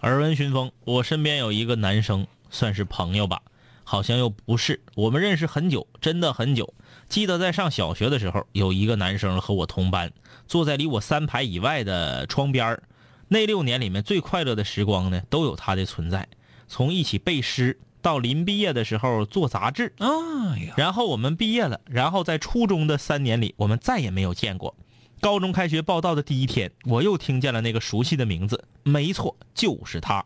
C: 耳闻寻风，我身边有一个男生，算是朋友吧，好像又不是。我们认识很久，真的很久。记得在上小学的时候，有一个男生和我同班，坐在离我三排以外的窗边儿。那六年里面最快乐的时光呢，都有他的存在。从一起背诗到临毕业的时候做杂志，
B: 哎呀，
C: 然后我们毕业了，然后在初中的三年里，我们再也没有见过。高中开学报到的第一天，我又听见了那个熟悉的名字，没错，就是他。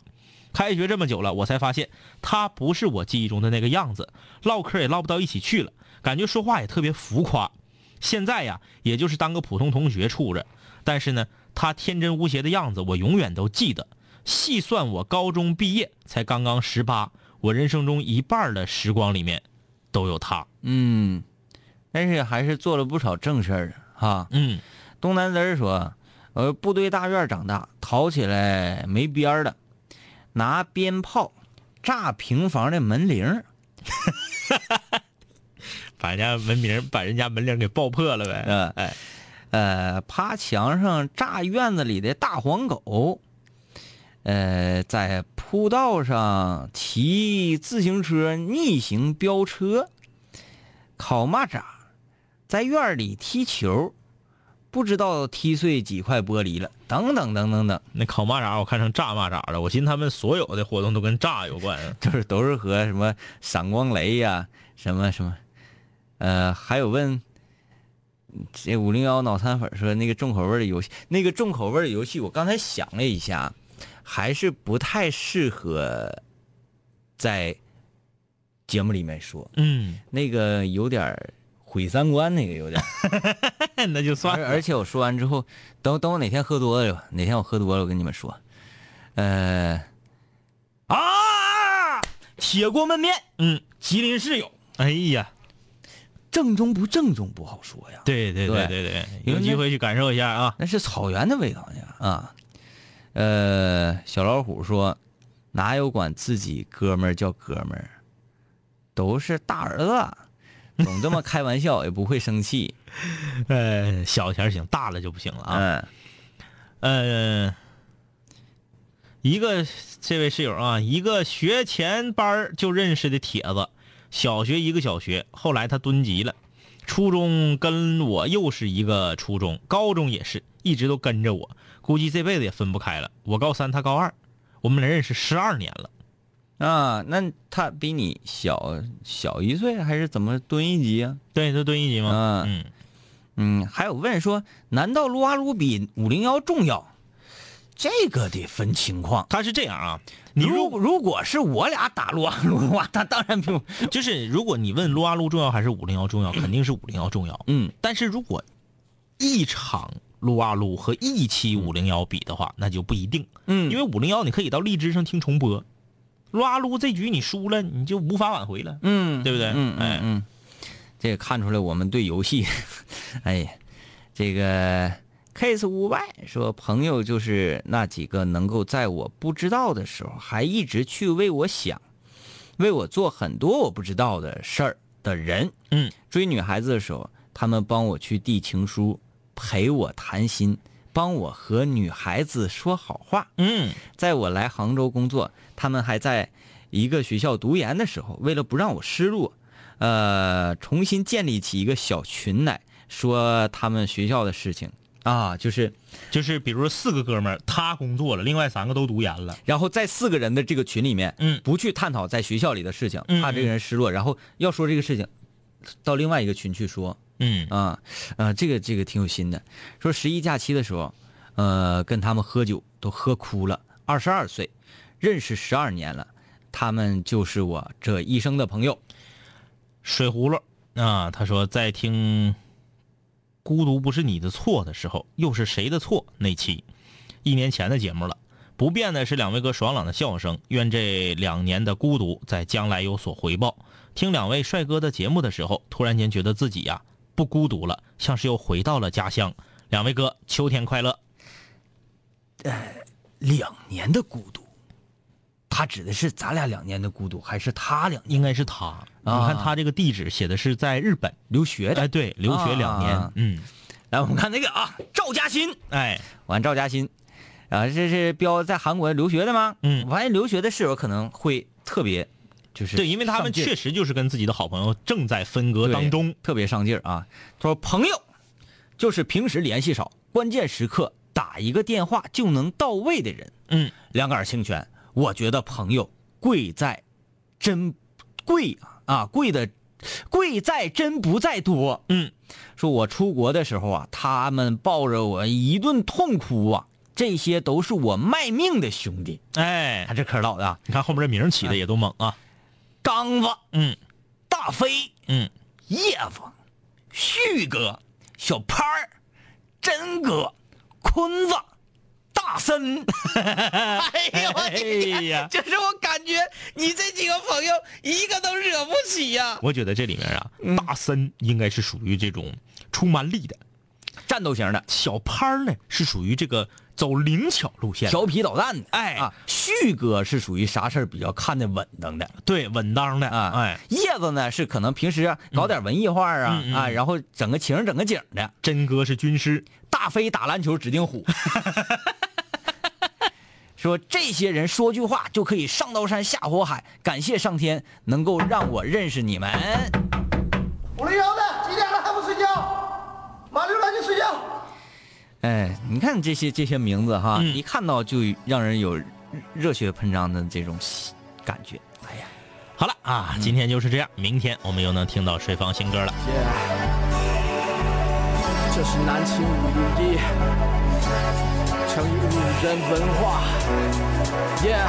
C: 开学这么久了，我才发现他不是我记忆中的那个样子，唠嗑也唠不到一起去了，感觉说话也特别浮夸。现在呀，也就是当个普通同学处着，但是呢，他天真无邪的样子，我永远都记得。细算我高中毕业才刚刚十八，我人生中一半的时光里面，都有他。
B: 嗯，但是还是做了不少正事儿啊哈。
C: 嗯
B: 东南枝儿说，呃，部队大院长大，淘起来没边儿的，拿鞭炮炸平房的门铃儿，，
C: 把人家门名，把人家门铃给爆破了呗。
B: 呃，哎，呃，趴墙上炸院子里的大黄狗，呃，在铺道上骑自行车逆行飙车，烤蚂蚱，在院里踢球，不知道踢碎几块玻璃了，等等等等等，
C: 那烤蚂蚱啊我看成炸蚂蚱了，我寻思他们所有的活动都跟炸有关。
B: 就是都是和什么闪光雷呀、什么什么，呃，还有问。这五零幺脑残粉说那个重口味的游戏，那个重口味的游戏，我刚才想了一下，还是不太适合在节目里面说，
C: 嗯，
B: 那个有点儿毁三观，那个有点儿。
C: *laughs* 那就算
B: 而 *laughs*
C: 了。
B: 而且我说完之后，等等我哪天喝多了吧，哪天我喝多了，我跟你们说，呃，啊，铁锅焖面，
C: 嗯，
B: 吉林市有，
C: 哎呀，
B: 正宗不正宗不好说呀，
C: 对对
B: 对
C: 对对，
B: 因为
C: 有
B: 那
C: 机会去感受一下啊。
B: 那是草原的味道呢啊。呃，小老虎说，哪有管自己哥们儿叫哥们儿，都是大儿子，总这么开玩笑也不会生
C: *laughs*
B: 气
C: 呃，小钱儿行，大了就不行了啊。
B: 啊。
C: 呃，一个这位室友啊，一个学前班儿就认识的铁子，小学一个小学，后来他蹲级了，初中跟我又是一个初中，高中也是，一直都跟着我，估计这辈子也分不开了。我高三，他高二，我们俩认识十二年了。
B: 啊，那他比你小小一岁还是怎么蹲一级啊？
C: 对，都蹲一级吗？嗯，
B: 嗯，还有问说，难道撸啊撸比五零幺重要？这个得分情况。
C: 他是这样啊，你
B: 你
C: 如
B: 如如果是我俩打撸啊撸的话，那当然比我
C: *laughs* 就是如果你问撸啊撸重要还是五零幺重要，肯定是五零幺重要。
B: 嗯
C: 但是如果一场撸啊撸和一期五零幺比的话，那就不一定，
B: 嗯，
C: 因为五零幺你可以到荔枝上听重播，撸啊撸这局你输了你就无法挽回了。
B: 嗯，
C: 对不对
B: 嗯嗯
C: 哎
B: 嗯，这也看出来我们对游戏， *laughs* 哎呀，这个 case 无外说朋友就是那几个能够在我不知道的时候还一直去为我想，为我做很多我不知道的事儿的人。
C: 嗯，
B: 追女孩子的时候，他们帮我去递情书，陪我谈心，帮我和女孩子说好话。
C: 嗯，
B: 在我来杭州工作，他们还在一个学校读研的时候，为了不让我失落，呃，重新建立起一个小群来说他们学校的事情。啊，就是
C: 就是比如说四个哥们儿，他工作了，另外三个都读研了，
B: 然后在四个人的这个群里面，
C: 嗯
B: 不去探讨在学校里的事情，
C: 嗯
B: 怕这个人失落，然后要说这个事情，到另外一个群去说
C: 嗯
B: 啊，呃，这个这个挺有心的。说十一假期的时候，呃，跟他们喝酒都喝哭了。二十二岁，认识十二年了，他们就是我这一生的朋友。
C: 水葫芦啊，他说在听《孤独不是你的错》的时候，又是谁的错那期，一年前的节目了。不变的是两位哥爽朗的笑声，愿这两年的孤独在将来有所回报。听两位帅哥的节目的时候，突然间觉得自己呀、不孤独了，像是又回到了家乡。两位哥，秋天快乐！
B: 两年的孤独，他指的是咱俩两年的孤独，还是他两年
C: 应该是他，
B: 啊
C: 你看他这个地址写的是在日本，
B: 留学的？
C: 哎，对，留学两年，
B: 啊
C: 嗯，
B: 来，我们看那个啊，赵嘉欣。
C: 哎，
B: 我看赵嘉欣，啊，这是标在韩国留学的吗？
C: 嗯
B: 我发现留学的室友可能会特别，就是
C: 对，因为他们
B: 上劲儿
C: 确实就是跟自己的好朋友正在分隔
B: 对
C: 当中，
B: 特别上劲儿啊。他说朋友就是平时联系少，关键时刻打一个电话就能到位的人。
C: 嗯，
B: 两杆儿清泉，我觉得朋友贵在真贵啊，贵的贵在真不在多。
C: 嗯，
B: 说我出国的时候啊，他们抱着我一顿痛哭啊，这些都是我卖命的兄弟。
C: 哎
B: 他，这嗑唠的啊，
C: 你看后面这名儿起的也都猛啊，
B: 刚子、
C: 嗯
B: 大飞、
C: 嗯，
B: 叶子、旭哥、小潘儿、真哥、坤子、大森。哎呦我的
C: 哎
B: 天
C: 呀！
B: 就是我感觉你这几个朋友一个都惹不起呀、
C: 我觉得这里面啊，
B: 嗯
C: 大森应该是属于这种出蛮力的，
B: *laughs* 战斗 *laughs* 型的，
C: 小潘儿呢是属于这个走灵巧路线的，
B: 调皮捣蛋的。
C: 哎
B: 啊，旭哥是属于啥事儿比较看得稳当的。
C: 对稳当的，
B: 啊，
C: 哎，，
B: 叶子呢是可能平时啊搞点文艺画儿啊、
C: 嗯嗯嗯
B: 啊，然后整个情儿整个景儿的。
C: 真哥是军师，
B: 大飞打篮球指定 *laughs* 虎，说这些人说句话就可以上刀山下火海，感谢上天能够让我认识你们。
E: 五零幺的几点了还不睡觉？马六赶紧睡觉！
B: 哎，你看这些这些名字哈，
C: 嗯
B: 一看到就让人有热热血喷张的这种喜感觉。哎呀，
C: 好了啊，
B: 嗯
C: 今天就是这样，明天我们又能听到水方新歌了。
F: 这是南秦五零一，成语五人文化。Yeah，